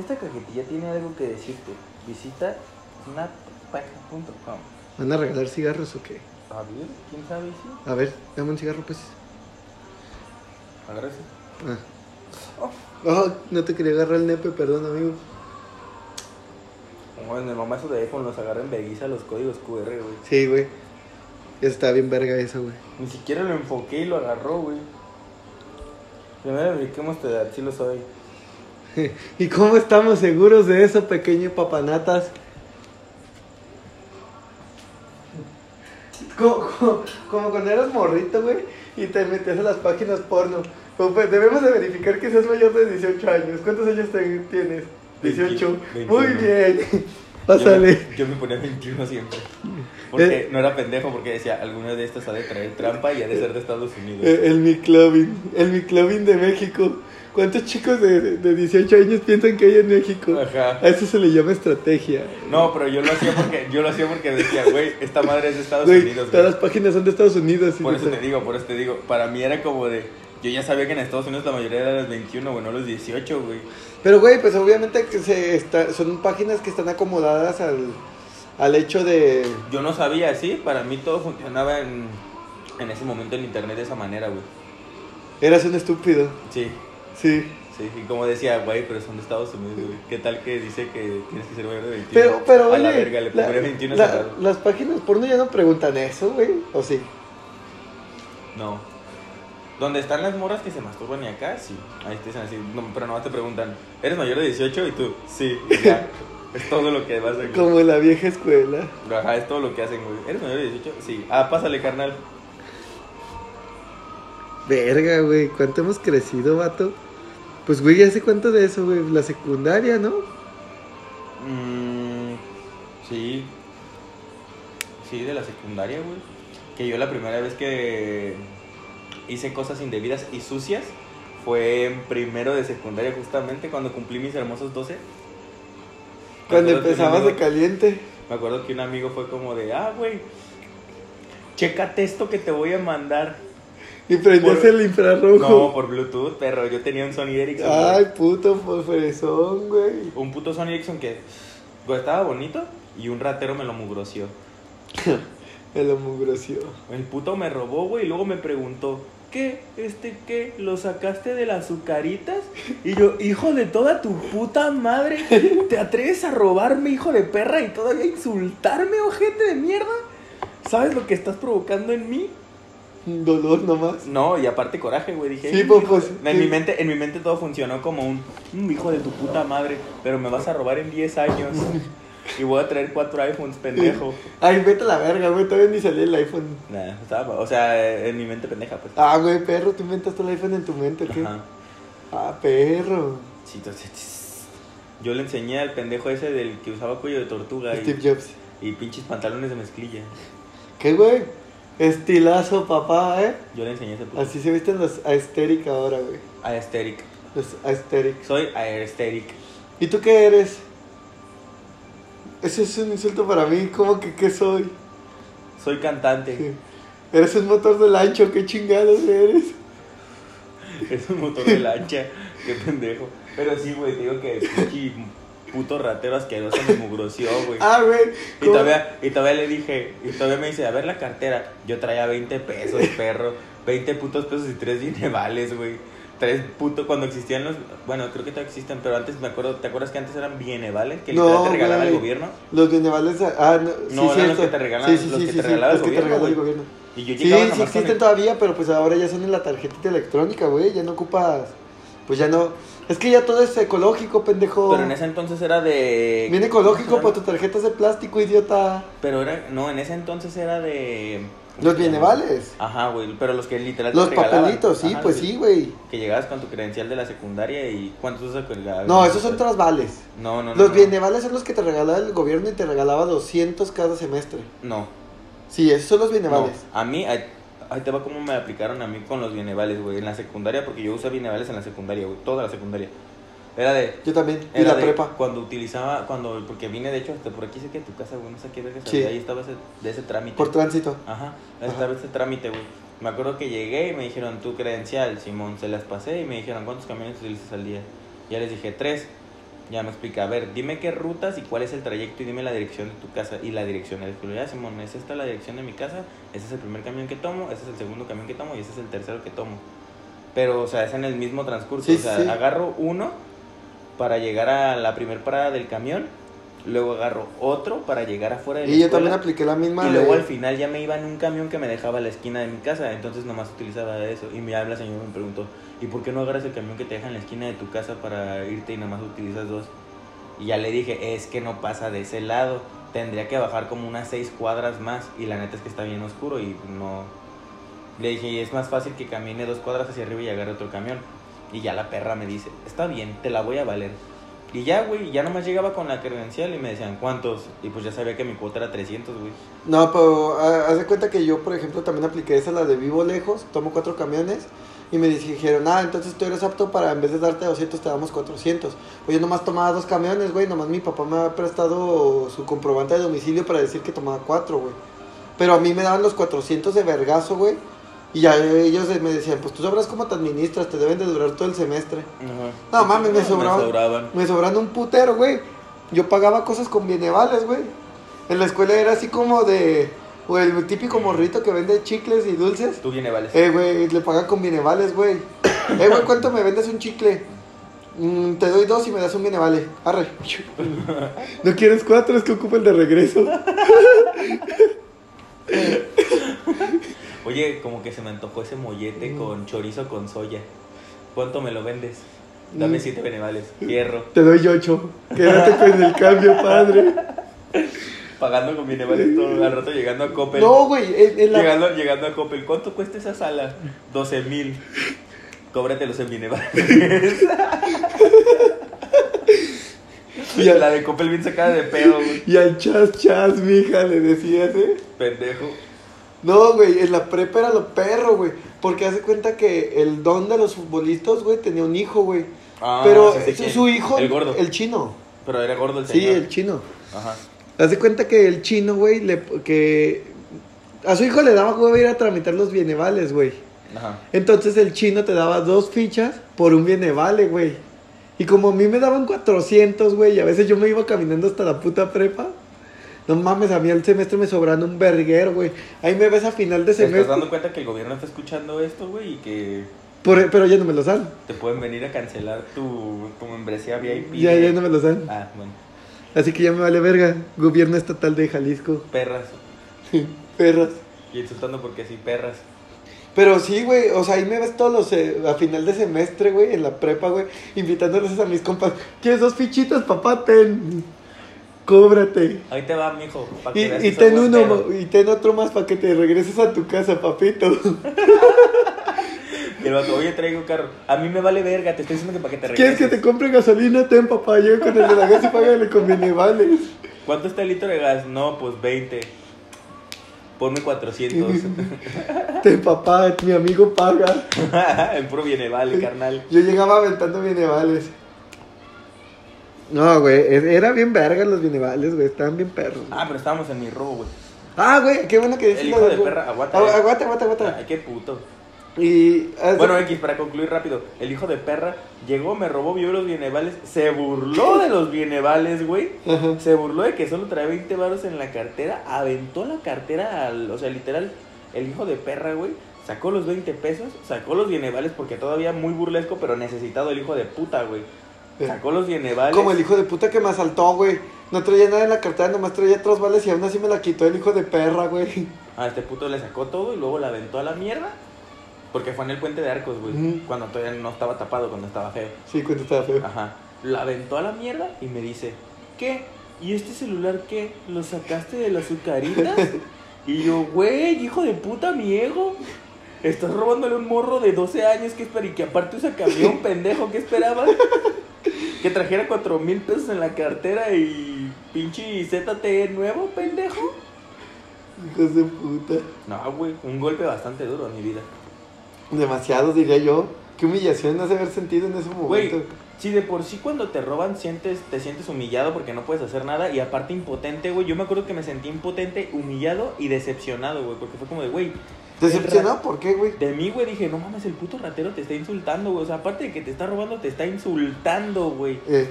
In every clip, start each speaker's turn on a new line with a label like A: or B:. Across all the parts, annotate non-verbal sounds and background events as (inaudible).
A: Esta cajetilla tiene algo que decirte. Visita snappack.com.
B: ¿Van a regalar cigarros o qué?
A: A ver, quién sabe si.
B: A ver, dame un cigarro, pues.
A: Agárrese.
B: Ah. Oh, no te quería agarrar el nepe, perdón, amigo.
A: Como en el mamazo de iPhone los agarran vergüenza los códigos QR, güey.
B: Sí, güey. Está bien verga esa, güey.
A: Ni siquiera lo enfoqué y lo agarró, güey. Primero verifiquemos tu edad, sí lo soy.
B: ¿Y cómo estamos seguros de eso, pequeño papanatas? Como, como- como cuando eras morrito, güey, y te metías a las páginas porno. Como, pues, debemos de verificar que seas mayor de 18 años. ¿Cuántos años te- tienes? 18.
A: 21.
B: Muy bien. Pásale. Eh.
A: Yo me, yo me ponía 21 siempre. Porque no era pendejo, porque decía, alguna de estas ha de traer trampa y ha de ser de Estados Unidos.
B: Eh, El McLovin. El McLovin de México. ¿Cuántos chicos de, de 18 años piensan que hay en México?
A: Ajá.
B: A eso se le llama estrategia.
A: No, pero yo lo hacía porque, yo lo hacía porque decía, güey, esta madre es de Estados
B: Güey,
A: Unidos,
B: todas
A: güey.
B: las páginas son de Estados Unidos.
A: (laughs)
B: sí,
A: Por
B: sí,
A: eso
B: sí.
A: te digo, por eso te digo. Para mí era como de. Yo ya sabía que en Estados Unidos la mayoría era los 21, güey, no los 18, güey.
B: Pero, güey, pues obviamente que se está- son páginas que están acomodadas al, al hecho de...
A: Yo no sabía así, para mí todo funcionaba en, en ese momento en internet de esa manera, güey.
B: Eras un estúpido.
A: Sí,
B: Sí.
A: sí, y como decía, güey, pero son de Estados Unidos, güey. ¿Qué tal que dice que tienes que ser mayor de 21?
B: Pero, pero,
A: A
B: oye,
A: la verga, le
B: la-
A: pondré 21
B: la-
A: cerrado.
B: las páginas porno ya no preguntan eso, güey. ¿O sí?
A: No. Donde están las morras que se masturban y acá, sí. Ahí te dicen así, no, pero no te preguntan, ¿eres mayor de 18? Y tú, sí, y
B: (laughs)
A: ya. es todo lo que vas a hacer.
B: Como en la vieja escuela.
A: Ajá, es todo lo que hacen, güey. ¿Eres mayor de 18? Sí. Ah, pásale, carnal.
B: Verga, güey, cuánto hemos crecido, vato. Pues, güey, ¿hace cuánto de eso, güey? La secundaria, ¿no?
A: Mm, sí. Sí, de la secundaria, güey. Que yo la primera vez que hice cosas indebidas y sucias fue en primero de secundaria, justamente cuando cumplí mis hermosos 12.
B: Cuando
A: Me acuerdo que un
B: empezabas de
A: amigo-
B: caliente.
A: Me acuerdo que un amigo fue como de, ah, güey, chécate esto que te voy a
B: (laughs)
A: mandar.
B: Y prendías
A: Por-
B: el
A: No,
B: infrarrojo.
A: por Bluetooth, perro. Yo tenía un Sony Ericsson. güey.
B: Ay, puto fresón, güey.
A: Un puto Sony Ericsson que güey, estaba bonito y un ratero me lo mugroció.
B: Me lo mugroció.
A: El puto me robó, güey, y luego me preguntó, ¿qué? ¿Este qué? ¿Lo sacaste de las azucaritas? Y yo, hijo de toda tu puta madre, ¿te atreves a robarme, hijo de perra, y todavía insultarme, ojete de mierda? ¿Sabes lo que estás provocando en mí?
B: Dolor nomás.
A: No, y aparte coraje, güey, dije.
B: Sí,
A: "Ay,
B: pues,
A: hijo
B: pues,
A: de-". En,
B: sí.
A: mi mente, en mi mente todo funcionó como un, "Mm, hijo de tu puta madre, pero me vas a robar en 10
B: (laughs)
A: años. y voy a traer cuatro iPhones, pendejo.
B: Ay, vete a la verga, güey. Todavía ni salía el iPhone.
A: Nah, estaba, o sea, en mi mente pendeja, pues.
B: Ah, güey, perro, tú inventaste el iPhone en tu mente, ¿o ¿qué?
A: Ajá.
B: Ah, perro.
A: Sí, entonces, tss. yo le enseñé al pendejo ese del que usaba cuello de tortuga
B: Steve
A: y,
B: Jobs.
A: y pinches pantalones de mezclilla.
B: ¿Qué, güey? Estilazo, papá, ¿eh?
A: Yo le enseñé ese puto.
B: Así se visten los aesthetic ahora, güey.
A: Aesthetic.
B: Los aesthetic.
A: Soy aesthetic.
B: ¿Y tú qué eres? Ese es un insulto para mí. ¿Cómo que qué soy?
A: Soy cantante.
B: Sí. Eres un motor de lancho, qué chingados eres.
A: es un motor de lancha. Qué pendejo. Pero sí, güey, te digo que pinche puto ratero asqueroso me mugroció, güey.
B: Ah, güey.
A: Y
B: ¿cómo?
A: todavía, y todavía le dije, y todavía me dice, a ver la cartera. Yo traía 20 pesos, perro. 20 putos pesos y 3 dinevales, güey. Tres putos, cuando existían los. Bueno, creo que todavía existen, pero antes me acuerdo, ¿te acuerdas que antes eran bienevales? Que
B: No,
A: literal te regalaba el
B: güey.
A: gobierno.
B: Los bienavales. Ah, no. sí,
A: No, eran los
B: cierto.
A: que te regalan- los que te regalaba el
B: los que te
A: gobierno,
B: regala
A: güey.
B: el gobierno.
A: Y yo
B: Sí,
A: llegaba
B: sí
A: nomás con
B: existen
A: el-
B: todavía, pero pues ahora ya son en la tarjetita electrónica, güey. Ya no ocupas. Pues ya no. Es que ya todo es ecológico, pendejo.
A: Pero en ese entonces era de.
B: Bien ecológico, pues tu tarjeta es de plástico, idiota.
A: Pero era. No, en ese entonces era de.
B: Los bienavales.
A: Ajá, güey. Pero los que literal te
B: Los
A: regalaban.
B: papelitos, sí,
A: Ajá,
B: pues
A: güey.
B: sí, güey.
A: Que llegabas con tu credencial de la secundaria y. ¿Cuántos usas con la.?
B: No, esos son trasvales.
A: No, no, no.
B: Los
A: no.
B: bienavales son los que te regalaba el gobierno y te regalaba 200 cada semestre.
A: No.
B: Sí, esos son los
A: No,
B: bienavales.
A: a mí, ahí, ahí te va como me aplicaron a mí con los bienevales, güey, en la secundaria, porque yo usé bienevales en la secundaria, güey, toda la secundaria. Era de...
B: Yo también. Y
A: Era
B: la
A: de
B: prepa.
A: Cuando utilizaba, cuando, porque vine de hecho hasta por aquí, sé que a tu casa, güey, no sé qué verga,
B: Sí.
A: ahí estaba ese, de ese trámite.
B: Por tránsito.
A: Ajá,
B: Ajá.
A: estaba ese trámite, güey. Me acuerdo que llegué y me dijeron, tu credencial, Simón, se las pasé y me dijeron, ¿cuántos camiones utilizas al día? Ya les dije, tres. Ya me explica, a ver, dime qué rutas y cuál es el trayecto y dime la dirección de tu casa y la dirección del culo. Ya, Simón, es esta la dirección de mi casa, ese es el primer camión que tomo, ese es el segundo camión que tomo y ese es el tercero que tomo. Pero, o sea, es en el mismo transcurso.
B: Sí,
A: o sea,
B: sí.
A: agarro uno para llegar a la primera parada del camión, luego agarro otro para llegar afuera de la
B: Y yo
A: escuela,
B: también apliqué la misma.
A: y luego
B: de-
A: al final ya me iba en un camión que me dejaba a la esquina de mi casa, entonces nomás utilizaba eso. Y me habla señor y me preguntó, ¿y por qué no agarras el camión que te deja en la esquina de tu casa para irte y nomás utilizas dos? Y ya le dije, es que no pasa de ese lado, tendría que bajar como unas seis cuadras más y la neta es que está bien oscuro y no... Le dije, y es más fácil que camine dos cuadras hacia arriba y agarre otro camión. Y ya la perra me dice, está bien, te la voy a valer. Y ya, güey, ya nomás llegaba con la credencial y me decían, ¿cuántos? Y pues ya sabía que mi cuota era 300, güey.
B: No, pero ah, haz de cuenta que yo, por ejemplo, también apliqué esa, la de vivo lejos, tomo cuatro camiones y me dijeron, ah, entonces tú eres apto para, en vez de darte 200, te damos 400. Pues yo nomás tomaba dos camiones, güey, nomás mi papá me ha prestado su comprobante de domicilio para decir que tomaba cuatro, güey. Pero a mí me daban los 400 de vergazo, güey. Y ya ellos me decían, pues tú sabrás cómo te administras, te deben de durar todo el semestre. No, mames, me sobraban.
A: sobraban.
B: Me sobrando un putero, güey. Yo pagaba cosas con bienevales, güey. En la escuela era así como de. O el típico morrito que vende chicles y dulces.
A: Tú bien, vales.
B: Eh, güey, le pagan con bienevales, güey. Eh, güey, ¿cuánto me vendes un chicle? Mm, te doy dos y me das un bienevale. Arre. (laughs) No quieres cuatro, es que ocupa el de regreso.
A: Oye, como que se me antojó ese mollete
B: Mm.
A: con chorizo con soya. ¿Cuánto me lo vendes? Dame
B: Mm.
A: siete benevales. Hierro.
B: Te doy ocho. Quédate con el cambio, padre.
A: Pagando con benevales todo al rato llegando a Coppel.
B: Mm. No, güey, en, en la.
A: Llegando, llegando a Coppel. ¿Cuánto cuesta esa sala? 12 mil. Cóbratelos en benevales. (laughs)
B: Y al,
A: La de Coppel bien sacada de pedo, güey.
B: y al chas chas, mija, le decías, eh.
A: Pendejo.
B: No, güey, en la prepa era lo perro, güey. Porque hace cuenta que el don de los futbolistas, güey, tenía un hijo, güey.
A: Ah,
B: Pero
A: sí sé
B: su,
A: quién.
B: su hijo.
A: El gordo.
B: El chino.
A: Pero era gordo el
B: Sí,
A: señor.
B: el chino.
A: Ajá.
B: Hace cuenta que el chino, güey, le, que a su hijo le daba huevo ir a tramitar los bienevales, güey.
A: Ajá.
B: Entonces el chino te daba dos fichas por un bienevale, güey. Y como a mí me daban 400, güey, y a veces yo me iba caminando hasta la puta prepa. No mames, a mí el semestre me sobran un verguero, güey. Ahí me ves a final de
A: ¿Te estás
B: semestre.
A: dando cuenta que el gobierno está escuchando esto, güey? Y que
B: Por- pero ya no me los dan.
A: te pueden venir a cancelar tu, tu membresía VIP.
B: Ya, ya no me los dan.
A: Ah, bueno.
B: Así que ya me vale verga. Gobierno estatal de Jalisco.
A: Perras.
B: Perras.
A: Y insultando porque sí, perras.
B: Pero sí, güey, o sea, ahí me ves todos los, eh, a final de semestre, güey, en la prepa, güey, invitándoles a mis compas, ¿quieres dos fichitas, papá? Ten, cóbrate.
A: Ahí te va, mijo. pa'
B: Y,
A: que veas
B: y
A: que soy
B: ten
A: buen
B: uno,
A: pedo.
B: mo- y ten otro más para que te regreses a tu casa, papito.
A: Y el vato, oye, traigo carro. A mí me vale verga, te estoy diciendo que para que te
B: ¿Quieres
A: regreses.
B: que te compre gasolina? Ten, papá, llega con el de la gas y págale con vale.
A: ¿Cuánto está el litro de gas? No, pues 20. Ponme 400.
B: (laughs) Ten, papá, mi amigo paga.
A: (laughs) en puro viene, vale, carnal.
B: Yo llegaba aventando bienevales. No, güey, e- era bien verga los bienevales, güey, estaban bien perros. güey.
A: Ah, pero estábamos en mi robo, güey.
B: Ah, güey, qué bueno que
A: El
B: decís
A: hijo
B: lo
A: de
B: del-
A: perra, aguanta,
B: Agu-
A: eh.
B: Aguanta, aguanta, aguanta.
A: Ay, qué puto.
B: Y. ah,
A: Bueno, eh,
B: sí.
A: X, para concluir rápido, el hijo de perra llegó, me robó, vio los bienevales, se burló de los bienevales, güey.
B: Ajá.
A: Se burló de que solo traía 20 varos en la cartera, aventó la cartera al, o sea, literal, el hijo de perra, güey, sacó los 20 pesos, sacó los bienevales porque todavía muy burlesco, pero necesitado el hijo de puta, güey. Sacó los bienevales.
B: Como el hijo de puta que me asaltó, güey. No traía nada en la cartera, nomás traía otros vales y aún así me la quitó el hijo de perra, güey. (laughs)
A: A este puto le sacó todo y luego la aventó a la mierda. Porque fue en el puente de arcos, güey.
B: Ujú.
A: Cuando todavía no estaba tapado, cuando estaba feo.
B: Sí, cuando estaba feo.
A: Ajá. La aventó a la mierda y me dice, ¿qué? ¿Y este celular qué? ¿Lo sacaste de las azucaritas? Y yo, güey, hijo de puta, mi ego. Estás robándole a un morro de 12 años que espera y que aparte usa (laughs) camión, pendejo, ¿qué esperabas? Que trajera 4 mil pesos en la cartera y pinche ZTE nuevo, pendejo.
B: Hijos de puta.
A: No, güey, un golpe bastante duro en mi vida.
B: Demasiado, diría yo. Qué humillación has de haber sentido en ese momento.
A: Si de por sí cuando te roban sientes, te sientes humillado porque no puedes hacer nada y aparte impotente, güey. Yo me acuerdo que me sentí impotente, humillado y decepcionado, güey. Porque fue como de, güey,
B: ¿Decepcionado? ¿Por qué, güey?
A: de mí, güey, dije, no mames, el puto ratero te está insultando, güey. O sea, aparte de que te está robando, te está insultando, güey.
B: Eh,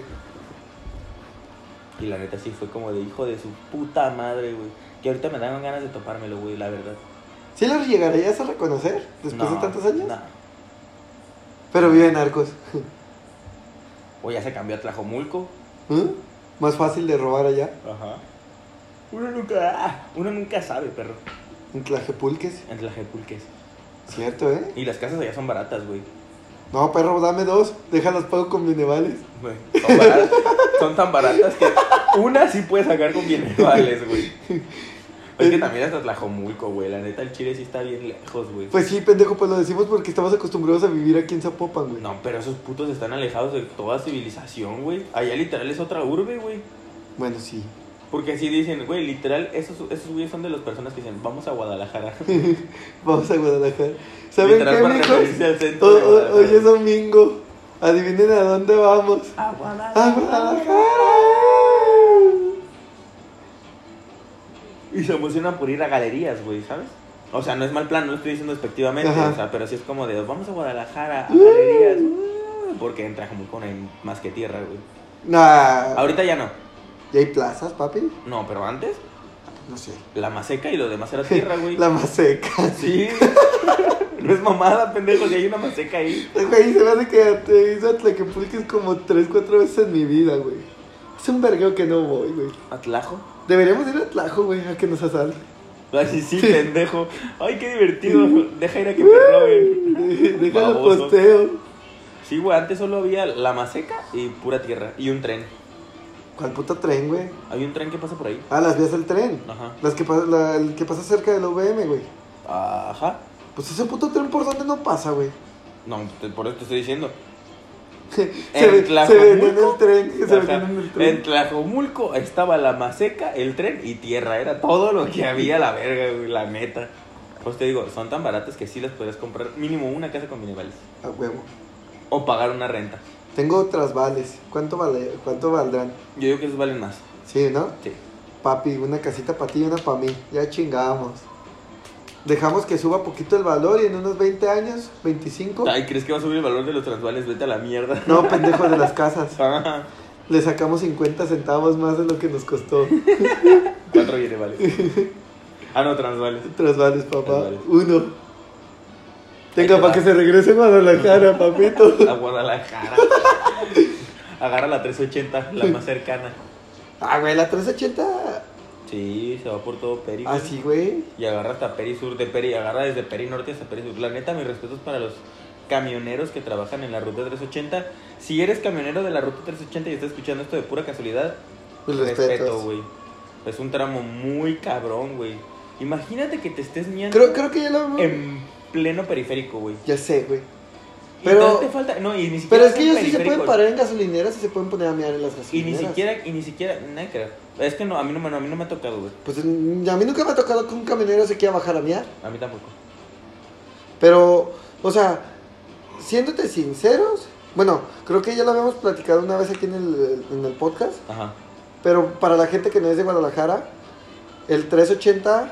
A: Y la neta sí fue como de hijo de su puta madre, güey. Que ahorita me dan ganas de topármelo, güey, la verdad.
B: ¿Sí los llegarías a reconocer después
A: No,
B: de tantos años?
A: No.
B: Pero vive en Arcos.
A: O ya se cambió a Tlajomulco.
B: ¿Mm? Más fácil de robar allá.
A: Ajá. Uno nunca, ah, uno nunca sabe, perro.
B: En Tlajepulques.
A: En Tlajepulques.
B: Cierto, ¿eh?
A: Y las casas allá son baratas, güey.
B: No, perro, dame dos. Déjalas pago con minevales.
A: Güey, Son, baratas, son tan baratas que una sí puedes sacar con bienvales, güey. Es que también hasta Tlajomulco, güey. La neta, el Chile sí está bien lejos, güey.
B: Pues sí, pendejo, pues lo decimos porque estamos acostumbrados a vivir aquí en Zapopan, güey.
A: No, pero esos putos están alejados de toda civilización, güey. Allá literal es otra urbe, güey.
B: Bueno, sí. (laughs)
A: Porque así dicen, güey, literal, esos, esos güeyes son de las personas que dicen, vamos a Guadalajara.
B: Vamos a Guadalajara. ¿Saben
A: Literal,
B: qué,
A: para
B: amigos?
A: referirse al centro de Guadalajara.
B: Hoy es domingo. Adivinen a dónde vamos.
A: A
B: ¡A Guadalajara!
A: Y se emocionan por ir a galerías, güey, ¿sabes? O sea, no es mal plan, no estoy diciendo despectivamente,
B: Ajá. Uh.
A: o sea, pero sí es como de, vamos a Guadalajara, a galerías. uh, Porque en Tlajomulco no hay más que tierra, güey.
B: Nah.
A: Ahorita ya no.
B: ¿Y hay plazas, papi?
A: No, pero antes,
B: No sé.
A: la maseca y lo demás era tierra, güey.
B: (laughs) La maseca.
A: Sí. (laughs) no es mamada, pendejo, si hay una maseca ahí.
B: Güey, se me hace que te hizo Tlaquepulques como 3, 4 veces en mi vida, güey. Es un vergueo que no voy, güey.
A: Atlajo.
B: Deberíamos ir a Tlajo, güey, a que
A: (laughs)
B: nos asalten.
A: Así sí, pendejo. Ay, qué divertido. Deja ir a que me roben.
B: Deja el
A: Baboso.
B: posteo.
A: Sí, güey, antes solo había la maseca y pura tierra. Y un tren.
B: ¿Cuál puto tren, güey?
A: Hay un tren que pasa por ahí.
B: Ah, las vías del tren.
A: Ajá.
B: Las que pasa, la- el que pasa cerca del OVM, güey.
A: Ajá.
B: Pues ese puto tren por donde no pasa, güey.
A: No, te- por eso te estoy diciendo.
B: (laughs) Se,
A: ¿En
B: ve- se
A: Tlajomulco?
B: ven en el tren. Se
A: Ajá.
B: ven en el
A: En
B: tren.
A: Tlajomulco estaba la maseca, el tren y tierra. Era todo lo que había, la verga, güey, la neta. Pues te digo, son tan baratas que sí las podrías comprar mínimo una casa con minivales.
B: A huevo.
A: O pagar una renta.
B: Tengo otras vales. ¿Cuánto, vale, ¿Cuánto valdrán?
A: Yo digo que esas valen más.
B: Sí, ¿no?
A: Sí.
B: Papi, una casita para ti y una para mí. Ya chingamos. Dejamos que suba poquito el valor y en unos 20 años, 25.
A: Ay, ¿crees que va a subir el valor de los transvales? Vete a la mierda. (laughs) Ah,
B: No, pendejo de las casas.
A: Ajá.
B: Le sacamos 50 centavos más de lo que nos costó.
A: Cuatro
B: (laughs)
A: vales. Ah, no, transvales.
B: Trasvales, papá.
A: Trasvales.
B: Uno.
A: Ahí
B: Tenga
A: te
B: para
A: va.
B: que se regrese a Guadalajara, papito.
A: A
B: (laughs)
A: Guadalajara. Agarra la 380, la más cercana.
B: Ah, güey, la 380.
A: Sí, se va por todo Peri. güey.
B: Así, güey.
A: Y agarra hasta Peri Sur de Peri, agarra desde Peri Norte hasta Peri Sur. La neta, mis respetos para los camioneros que trabajan en la ruta 380. Si eres camionero de la ruta 380 y estás escuchando esto de pura casualidad,
B: Mis
A: respeto,
B: Pues respetos.
A: güey. Es un tramo muy cabrón, güey. Imagínate que te estés miando
B: Creo, creo que ya lo.
A: en pleno periférico, güey.
B: Ya sé, güey.
A: Y
B: Pero-
A: todavía te falta, no, y ni siquiera
B: Pero es que
A: en
B: ellos sí se
A: periférico.
B: pueden parar en gasolineras y se pueden poner a mear en las
A: Y ni
B: gasolineras.
A: siquiera, y ni siquiera, nada que ver. Es que no, a mí no, me- no, a mí no me ha tocado, güey.
B: Pues mm, a mí nunca me ha tocado que un camionero se quiera bajar a mear.
A: A mí tampoco.
B: Pero, o sea, siéndote sinceros, bueno, creo que ya lo habíamos platicado una vez aquí en el, en el podcast,
A: Ajá.
B: pero para la gente que no es de Guadalajara, el 380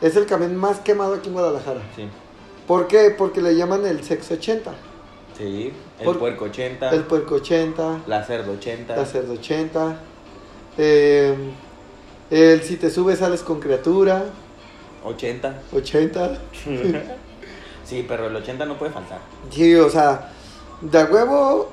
B: es el camión más quemado aquí en Guadalajara.
A: Sí.
B: ¿Por qué? Porque le llaman el sexo 80,
A: Sí. El
B: Por-
A: puerco 80.
B: el puerco 80,
A: La cerdo 80.
B: la cerdo 80, eh, el si te subes sales con criatura (laughs)
A: 80.
B: 80.
A: sí, pero el 80 no puede faltar.
B: Sí, o sea, de a huevo,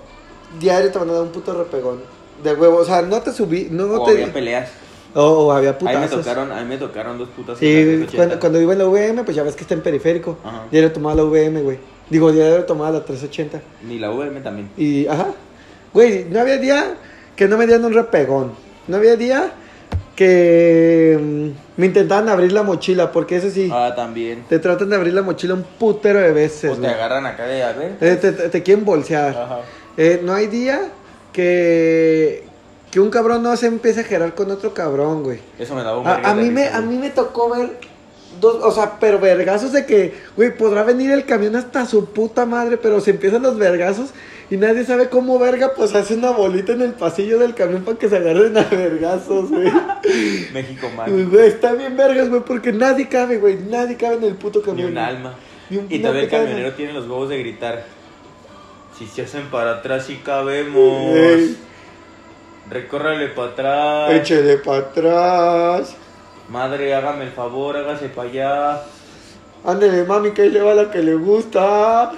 B: diario te van a dar un puto repegón. De huevo, o sea, no te subí, no
A: O
B: te.
A: había peleas.
B: Oh, había
A: Ahí me
B: putazos.
A: tocaron, ahí me tocaron dos putas. en
B: Sí,
A: la 380.
B: cuando, cuando iba en la VM, pues ya ves que está en periférico.
A: Ajá.
B: Diario tomaba la VM, güey. Digo, diario tomaba la 380.
A: Ni la VM también.
B: Y, ajá. Güey, no había día que no me dieran un repegón. No había día que mm, me intentaban abrir la mochila, porque eso sí,
A: Ah, también.
B: te tratan de abrir la mochila un putero de veces,
A: O te
B: güey.
A: agarran Ah. acá de a ver.
B: Eh, te, te- te quieren bolsear.
A: Ajá.
B: Eh, no hay día que, que un cabrón no se empiece a gerar con otro cabrón, güey.
A: Eso me daba un
B: A,
A: vergo
B: a
A: de
B: mí me,
A: risa,
B: a
A: güey.
B: mí me tocó ver dos, o sea, pero vergazos de que, güey, podrá venir el camión hasta su puta madre, pero se empiezan los vergazos y nadie sabe cómo verga, pues hace una bolita en el pasillo del camión para que se agarren a
A: (laughs)
B: vergazos, güey.
A: México
B: (laughs)
A: mal.
B: Güey, está bien vergas, güey, porque nadie cabe, güey, nadie cabe en el puto
A: Ni
B: camión.
A: un alma.
B: Ni un-
A: Y
B: no
A: todavía
B: te
A: el
B: cabe en
A: camionero tiene los huevos de gritar. Si se hacen para atrás sí cabemos.
B: Ey.
A: Recórrele para atrás.
B: Échele para atrás.
A: Madre, hágame el favor, hágase para allá.
B: Ándele, mami, que ahí le va la que le gusta.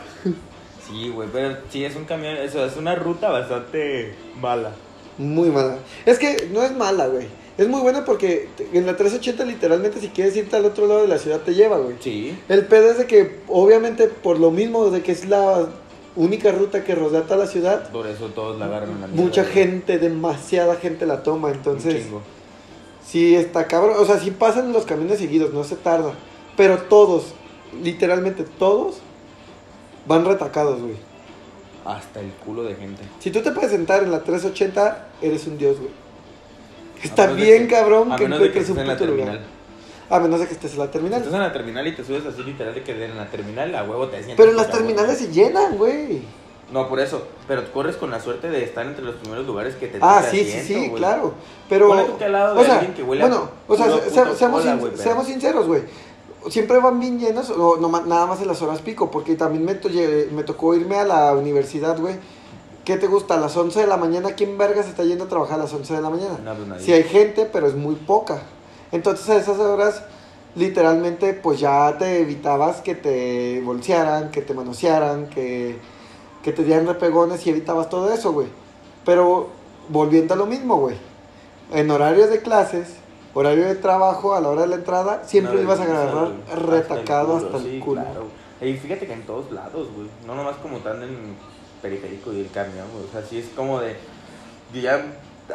A: Sí, güey, pero sí, es un camión, eso es una ruta bastante mala.
B: Muy mala. Es que no es mala, güey. Es muy buena porque te- en la 380 literalmente si quieres irte al otro lado de la ciudad te lleva, güey.
A: Sí.
B: El pedo es de que obviamente por lo mismo de que es la única ruta que rodea toda la ciudad,
A: Por eso todos la agarran en la mierda,
B: mucha
A: güey.
B: gente, demasiada gente la toma,
A: Un
B: entonces
A: chingo.
B: sí está cabrón, o sea, sí pasan los camiones seguidos, no se tarda, pero todos, literalmente todos van retacados, güey.
A: Hasta el culo de gente.
B: Si tú te puedes sentar en la 380, eres un dios, güey. Está
A: menos de
B: bien
A: que-
B: cabrón
A: A
B: que
A: menos de que
B: encuentres
A: estés
B: un
A: en la
B: puto
A: terminal.
B: lugar. A menos de que estés en la
A: Si
B: terminal.
A: Estás en la terminal y te subes así literal de que en la terminal a huevo te sientas.
B: Pero las
A: porque a huevo.
B: terminales se llenan, güey.
A: No, por eso. Pero corres con la suerte de estar entre los primeros lugares que te
B: Ah,
A: toque
B: sí, sí,
A: asiento,
B: sí,
A: güey.
B: claro. Pero.
A: Ponle tú que al lado de alguien que huele a
B: bueno, o sea,
A: puro
B: se-
A: puto
B: seamos,
A: cola,
B: sin-
A: güey, pero-
B: seamos sinceros, güey. Siempre van bien llenos, o no, ma- nada más en las horas pico, porque también me, to- lle- me tocó irme a la universidad, güey. ¿Qué te gusta? A las 11 de la mañana, ¿quién vergas está yendo a trabajar a las 11 de la mañana?
A: No, pues nadie.
B: Sí hay gente, pero es muy poca. Entonces a esas horas, literalmente, pues ya te evitabas que te bolsearan, que te manosearan, que, que te dieran repegones y evitabas todo eso, güey. Pero volviendo a lo mismo, güey. En horarios de clases, horario de trabajo, a la hora de la entrada, siempre
A: Una
B: ibas a
A: vergüenza,
B: agarrar
A: güey.
B: retacado hasta
A: sí,
B: el culo.
A: claro. Y fíjate que en todos lados, güey. No nomás como tan en periférico y el camión, güey. O sea, sí es como de. Yo ya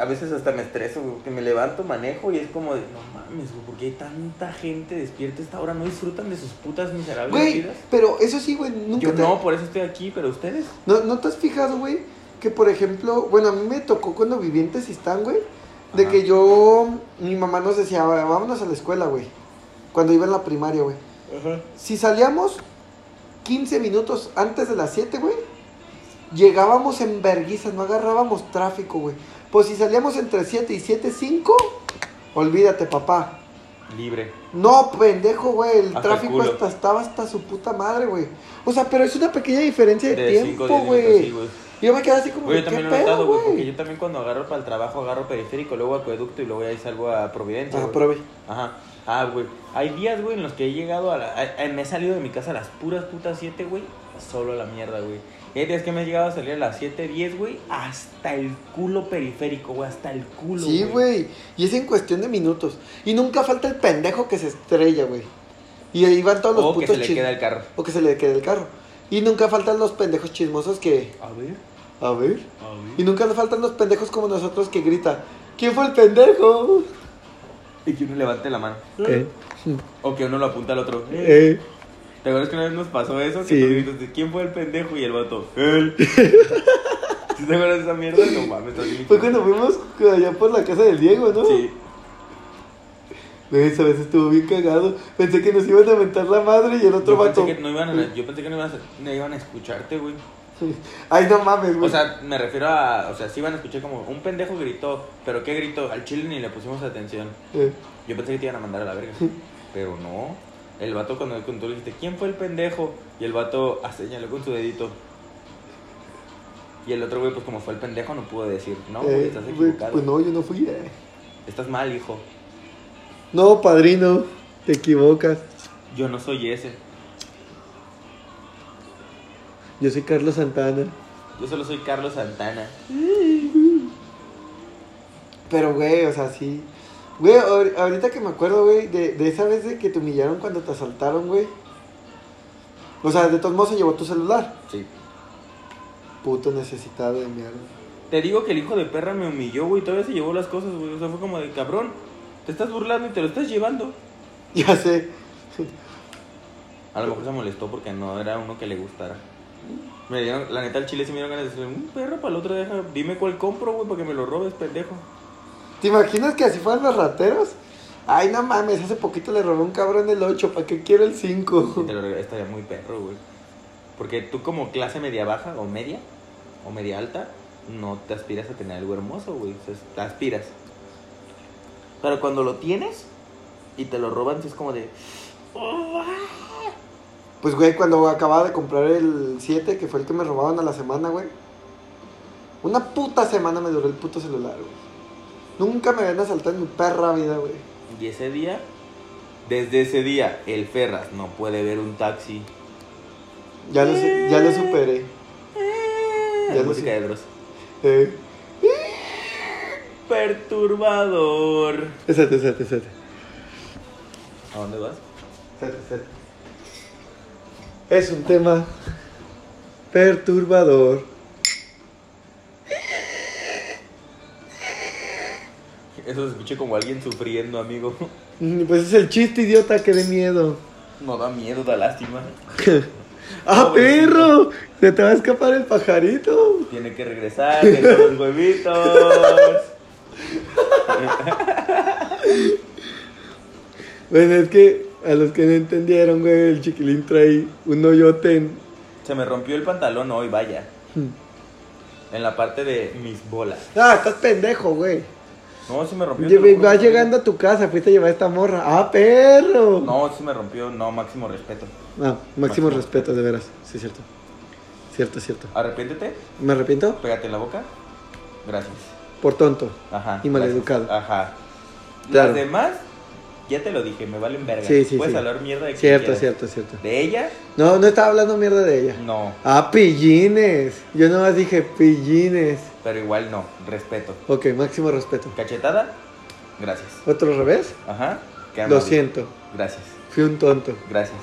A: a veces hasta me estreso, güey. Que me levanto, manejo y es como de. No mames, güey. ¿Por qué hay tanta gente despierta a esta hora? ¿No disfrutan de sus putas miserables
B: Güey,
A: vidas?
B: pero eso sí, güey, nunca
A: Yo
B: te-
A: no, por eso estoy aquí, pero ustedes.
B: ¿No, ¿No te has fijado, güey? Que por ejemplo, bueno, a mí me tocó cuando viví en Tesistán, güey. De
A: Ajá.
B: que yo, mi mamá nos decía, "Va- vámonos a la escuela, güey. Cuando iba en la primaria, güey. Si salíamos 15 minutos antes de las 7, güey, llegábamos en verguiza, no agarrábamos tráfico, güey. Pues si salíamos entre 7 y 7, 5, olvídate, papá.
A: Libre.
B: No, pendejo, güey. El
A: Hasta el
B: tráfico
A: culo.
B: hasta, estaba hasta su puta madre, güey. O sea, pero es una pequeña diferencia de,
A: De 5
B: tiempo,
A: o 10 minutos, sí,
B: güey.
A: güey.
B: Yo me quedé así como,
A: Güey, yo
B: ¿qué
A: también lo he
B: pedo,
A: notado, güey, porque
B: güey?
A: yo también cuando agarro para el trabajo, agarro periférico, luego acueducto y luego ya salgo a Providencia.
B: Ah,
A: güey.
B: probé.
A: Ajá. Ah, güey. Hay días, güey, en los que he llegado a la... a- a- me he salido de mi casa a las puras putas 7, güey. Solo a la mierda, güey. Y hay días que me he llegado a salir a las 7, 10, güey. Hasta el culo periférico, güey. Hasta el culo,
B: Sí, güey. Y es en cuestión de minutos. Y nunca falta el pendejo que se estrella, güey. Y ahí van todos los
A: O que
B: putos
A: se le
B: chismosos.
A: queda el carro.
B: O que se le quede el carro. Y nunca faltan los pendejos chismosos que.
A: A ver,
B: A ver.
A: a ver.
B: Y nunca faltan los pendejos como nosotros que grita. ¿Quién fue el pendejo?
A: Y que uno levante la mano. O que uno lo apunta al otro.
B: Eh.
A: ¿Te acuerdas que una vez nos pasó eso? Que
B: Sí.
A: tú gritaste, ¿quién fue el pendejo? Y el vato,
B: (laughs)
A: él. ¿Sí te acuerdas de esa mierda? No mames, así me
B: Fue cuando fuimos allá por la casa del Diego, ¿no?
A: Sí.
B: Güey, esa vez estuvo bien cagado. Pensé que nos iban a mentar la madre y el otro
A: Yo pensé,
B: vato. Eh,
A: que no iban a, yo pensé que no iban a, no iban a escucharte, güey.
B: Ay, no mames, güey.
A: O sea, me refiero a. O sea, sí iban a escuchar como un pendejo gritó, pero ¿qué gritó? Al chile ni le pusimos atención.
B: Eh.
A: Yo pensé que te iban a mandar a la verga. Pero no. El vato, cuando cuando tú le dijiste, ¿quién fue el pendejo? Y el vato ah, señaló con su dedito. Y el otro güey, pues como fue el pendejo, no pudo decir, no, güey,
B: Eh,
A: estás
B: güey,
A: equivocado.
B: Pues no, yo no fui. eh.
A: Estás mal, hijo.
B: No, padrino, te equivocas.
A: Yo no soy ese.
B: Yo soy Carlos Santana.
A: Yo solo soy Carlos Santana.
B: Pero, güey, o sea, sí. Güey, ahor- ahorita que me acuerdo, güey, de, de esa vez de que te humillaron cuando te asaltaron, güey. O sea, de todos modos se llevó tu celular.
A: Sí.
B: Puto necesitado de mierda.
A: Te digo que el hijo de perra me humilló, güey. Todavía se llevó las cosas, güey. O sea, fue como de cabrón. Te estás burlando y te lo estás llevando.
B: (laughs) Ya sé.
A: A lo mejor se molestó porque no era uno que le gustara. Me dieron, la neta, al chile sí me dieron ganas de decirle, un perro para el otro, deja, dime cuál compro, güey, para que me lo robes, pendejo.
B: ¿Te imaginas que así fueran los rateros? Ay, no mames, hace poquito le robé un cabrón el 8, ¿para qué quiero el
A: Y
B: 5?
A: te lo regalé, estaría muy perro, güey. Porque tú como clase media baja o media, o media alta, no te aspiras a tener algo hermoso, güey. O sea, te aspiras. Pero cuando lo tienes y te lo roban, sí es como de...
B: Pues, güey, cuando acababa de comprar el 7, que fue el que me robaban a la semana, güey. Una puta semana me duró el puto celular, güey. Nunca me habían asaltado en mi perra vida, güey.
A: Y ese día, desde ese día, el Ferras no puede ver un taxi.
B: Ya lo, su- ya lo superé. Ya
A: La
B: lo
A: música
B: sé.
A: de Dross.
B: Eh.
A: Perturbador.
B: Espérate, espérate, espérate.
A: ¿A dónde vas?
B: Espérate, espérate. Es un tema perturbador.
A: Eso se escucha como alguien sufriendo, amigo.
B: Mm, Pues es el chiste idiota que dé miedo.
A: (laughs) No da miedo, da lástima.
B: ¡Ah,
A: Pobrecito.
B: perro! Se te va a escapar el pajarito.
A: Tiene que regresar, dejar los huevitos.
B: Bueno, Pues es que a los que no entendieron, güey, el chiquilín trae un hoyote en...
A: Se me rompió el pantalón hoy, vaya. En la parte de mis bolas.
B: Ah, estás pendejo, güey.
A: No, se me rompió. te lo
B: Lle-
A: juro.
B: Vas llegando a tu casa, fuiste a llevar esta morra. ¡Ah, perro!
A: No, se me rompió. No, máximo respeto.
B: No, máximo respeto, de veras. Sí, cierto. Cierto, cierto.
A: Arrepiéntete,
B: ¿Me arrepiento?
A: pégate en la boca. Gracias.
B: Por tonto.
A: Ajá.
B: Y maleducado.
A: gracias. Ajá.
B: Claro.
A: Las demás, ya te lo dije, me valen verga.
B: Sí, sí,
A: Puedes
B: sí.
A: hablar mierda de quien
B: Cierto,
A: quieras.
B: cierto, cierto.
A: ¿De ella?
B: No, no estaba hablando mierda de ella.
A: No,
B: Ah, pillines. Yo nomás dije pillines.
A: pero igual no. Respeto.
B: Ok, máximo respeto.
A: ¿Cachetada? Gracias.
B: ¿Otro revés?
A: Ajá. qué
B: Lo
A: amable.
B: siento.
A: Gracias.
B: Fui un tonto.
A: Gracias.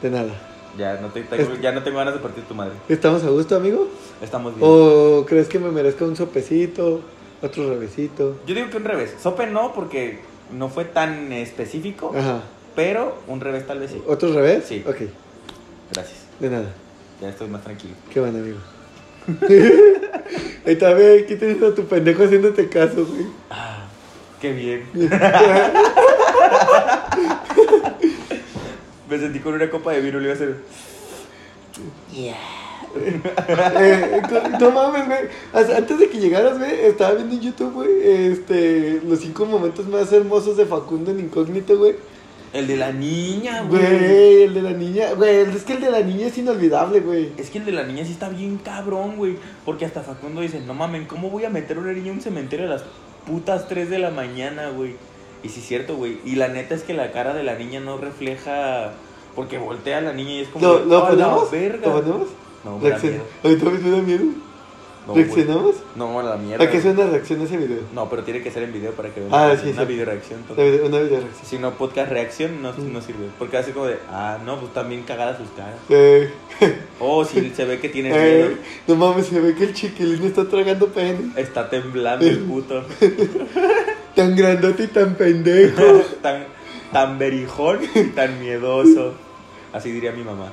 B: De nada.
A: Ya no, te, tengo- ya no tengo ganas de partir tu madre.
B: ¿Estamos a gusto, amigo?
A: Estamos bien.
B: ¿O crees que me merezca un sopecito? ¿Otro revésito?
A: Yo digo que un revés. Sope no, porque no fue tan específico,
B: Ajá.
A: pero un revés tal vez sí.
B: ¿Otro revés?
A: Sí.
B: Ok,
A: Gracias.
B: de nada.
A: Ya estoy más tranquilo.
B: Qué bueno, amigo. (laughs) Ahí está, ve, aquí tienes a tu pendejo haciéndote caso, güey. (laughs)
A: Ah,
B: Eh,
A: Qué bien. Me sentí con una copa de vino, le iba a hacer.
B: Eh, con- no mames, güey. Hasta Antes de que llegaras, güey, estaba viendo en YouTube, güey, este, los cinco momentos más hermosos de Facundo en Incógnito, güey.
A: El de la niña, Ah, güey.
B: Güey, el de la niña, güey, es que el de la niña es inolvidable, güey.
A: Es que el de la niña sí está bien cabrón, güey. Porque hasta Facundo dice, no mamen, ¿cómo voy a meter una niña en un cementerio a las putas 3 de la mañana, güey? Y sí es cierto, güey. Y la neta es que la cara de la niña no refleja... Porque voltea a la niña y es como...
B: ¿Lo,
A: de,
B: lo
A: "A la
B: ponemos?
A: verga".
B: ¿Lo ponemos?
A: No, me da
B: Reaccion-
A: miedo.
B: Ahorita me da miedo.
A: No, güey.
B: ¿Reaccionamos?
A: No, me da miedo.
B: ¿A qué suena reacción a ese video?
A: No, pero tiene que ser en video para que vean.
B: Ah, sí,
A: Una
B: sí.
A: video reacción.
B: Una video, una video reacción.
A: Si no, podcast reacción no,
B: Mm.
A: no sirve. Porque hace como de, ah, no, pues también cagada sus caras.
B: Eh,
A: O
B: (laughs)
A: si se ve que tiene miedo,
B: eh, no mames, se ve que el chiquilín está tragando pene.
A: está temblando el
B: (laughs)
A: puto. (laughs)
B: Tan grandote y tan pendejo.
A: tan, tan berijón y tan miedoso. Así diría mi mamá.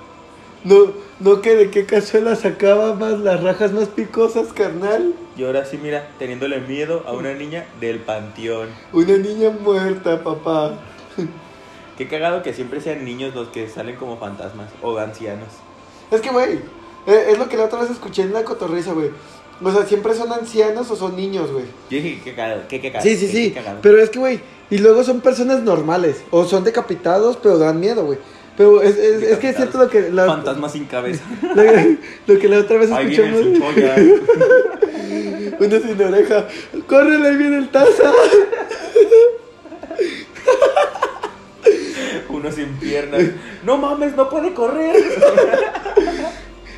B: No, no que de qué cazuela sacaba más las rajas más picosas, carnal.
A: Y ahora sí, mira, teniéndole miedo a una niña del panteón.
B: Una niña muerta, papá.
A: Qué cagado que siempre sean niños los que salen como fantasmas o ancianos.
B: Es que, güey, eh, es lo que la otra vez escuché en la cotorriza, güey. O sea, siempre son ancianos o son niños, güey.
A: Yo dije, qué cagado, qué, qué cagado.
B: Sí, sí,
A: qué-
B: sí.
A: qué cagado.
B: Pero es que, güey, y luego son personas normales. O son decapitados, pero dan miedo, güey. Pero es, es, es que es cierto lo que la,
A: Fantasma sin cabeza.
B: (laughs) lo, lo que la otra vez
A: Ahí viene el
B: escuchamos.
A: cebolla.
B: (laughs) Una sin oreja. ¡Córrele, ahí viene el taza!
A: Uno sin piernas. No mames, no puede correr.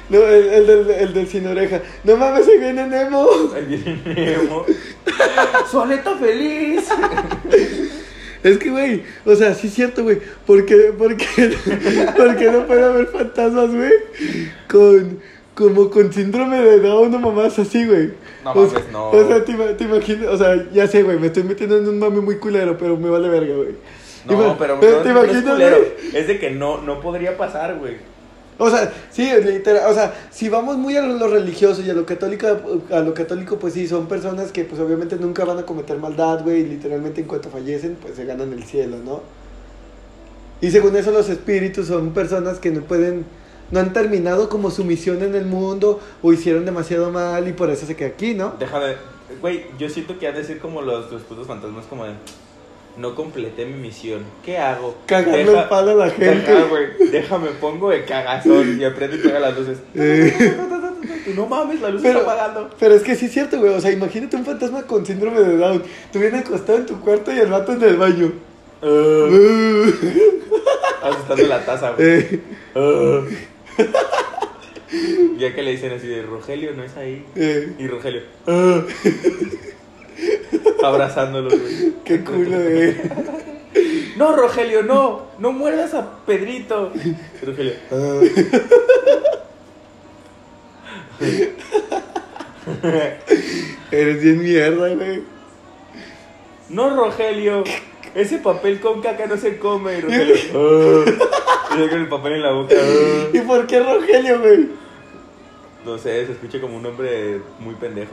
B: No, el, el del, el del sin oreja. No mames, ahí viene Nemo.
A: Ahí viene
B: (laughs)
A: Nemo. Su aleta feliz.
B: Es que, güey, o sea, sí es cierto, güey. ¿Por qué, por qué- (laughs) por qué no puede haber fantasmas, güey? Con, como con síndrome de Down o mamás así, güey.
A: No
B: O sea-
A: mames, no.
B: O sea, te, ima- te imaginas, o sea, ya sé, güey, me estoy metiendo en un mame muy culero, pero me vale verga, güey. Ima-
A: No, pero
B: ¿Te,
A: no,
B: te
A: no es
B: imaginas,
A: culero.
B: güey?
A: Es de que no, no podría pasar, güey.
B: O sea, sí, literal, o sea, si vamos muy a lo, lo religioso y a lo católico, a lo católico, pues sí, son personas que pues obviamente nunca van a cometer maldad, güey, y literalmente en cuanto fallecen, pues se ganan el cielo, ¿no? Y según eso los espíritus son personas que no pueden, no han terminado como su misión en el mundo o hicieron demasiado mal y por eso se queda aquí, ¿no?
A: Deja de. Güey, yo siento que ha de ser como los, los putos fantasmas, como de. No completé mi misión. ¿Qué hago?
B: Cagarle el palo a
A: (laughs)
B: la gente. (laughs)
A: Ajá, güey. Déjame, pongo de cagazón y aprende y pega las luces.
B: Eh,
A: (laughs) no mames, la luz
B: Pero-
A: está
B: (laughs)
A: apagando.
B: Pero es que sí es cierto, güey. O sea, imagínate un fantasma con síndrome de Down. Tú bien acostado en tu cuarto y el vato en el baño.
A: Uh, asustando la taza, güey.
B: Eh,
A: Ah. ya que le dicen así de Rogelio, no es ahí.
B: eh,
A: Y Rogelio,
B: ah,
A: abrazándolo, (laughs) güey.
B: qué culo, güey.
A: No, Rogelio, no. No muerdas a Pedrito. Y Rogelio,
B: Ah.
A: (laughs)
B: Eres bien mierda, güey.
A: no, Rogelio. Ese papel con caca no se come. Y Rogelio, ah. Y yo con el papel en la (laughs) boca. ah.
B: (laughs) ¿Y por qué Rogelio, güey?
A: No sé, se escucha como un hombre muy pendejo.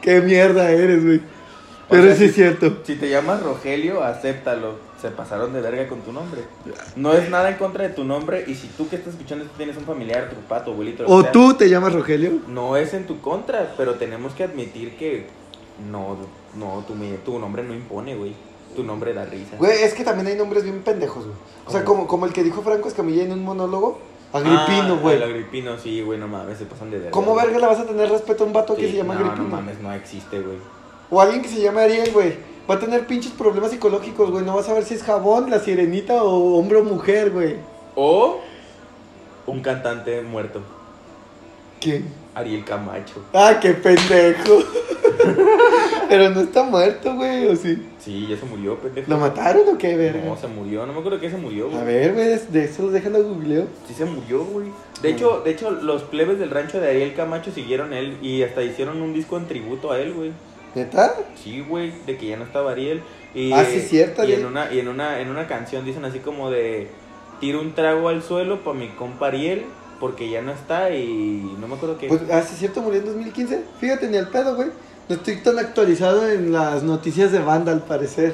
B: Qué mierda eres, güey.
A: O
B: Pero
A: sea,
B: sí
A: sí-
B: es cierto.
A: Si te llamas Rogelio, acéptalo. Se pasaron de verga con tu nombre. No (laughs) es nada en contra de tu nombre. Y si tú que estás escuchando esto tienes un familiar, tu papá, tu abuelito, lo que
B: ¿O
A: sea,
B: tú te llamas Rogelio?
A: No es en tu contra, pero tenemos que admitir que no, no, tu, me- tu nombre no impone, güey. Tu nombre da risa.
B: Güey, es que también hay nombres bien pendejos, güey. O sea,
A: ¿Cómo?
B: como, como el que dijo Franco Escamilla en un monólogo. Agripino,
A: Ah,
B: güey.
A: El agripino, sí, güey, no mames, se pasan de verga.
B: ¿Cómo
A: güey.
B: verga le vas a tener respeto a un vato que
A: Sí,
B: se llama
A: no,
B: Agripino?
A: No mames, no existe, güey.
B: O alguien que se llama Ariel, güey. Va a tener pinches problemas psicológicos, güey. No vas a ver si es jabón, la sirenita o hombre o mujer, güey.
A: O un cantante muerto,
B: ¿Quién?
A: Ariel Camacho.
B: Ah, qué pendejo. (laughs) Pero no está muerto, güey, o sí.
A: Sí, ya se murió, pendejo.
B: ¿Lo mataron o qué, verga?
A: No, se murió, no me acuerdo que se murió, güey.
B: A ver, güey, de- de eso los dejan a ¿eh? googleo.
A: Sí se murió, güey. De hecho, de hecho, los plebes del rancho de Ariel Camacho siguieron él y hasta hicieron un disco en tributo a él, güey.
B: ¿Neta?
A: Sí, güey, de que ya no estaba Ariel. Y,
B: Ah, sí, cierto,
A: Y, en
B: Ariel.
A: una, y en, una, en una canción dicen así como de, tiro un trago al suelo para mi compa Ariel, porque ya no está y no me acuerdo qué.
B: Pues, ah, sí, cierto, murió en 2015. Fíjate, ni al pedo, güey. No estoy tan actualizado en las noticias de banda, al parecer.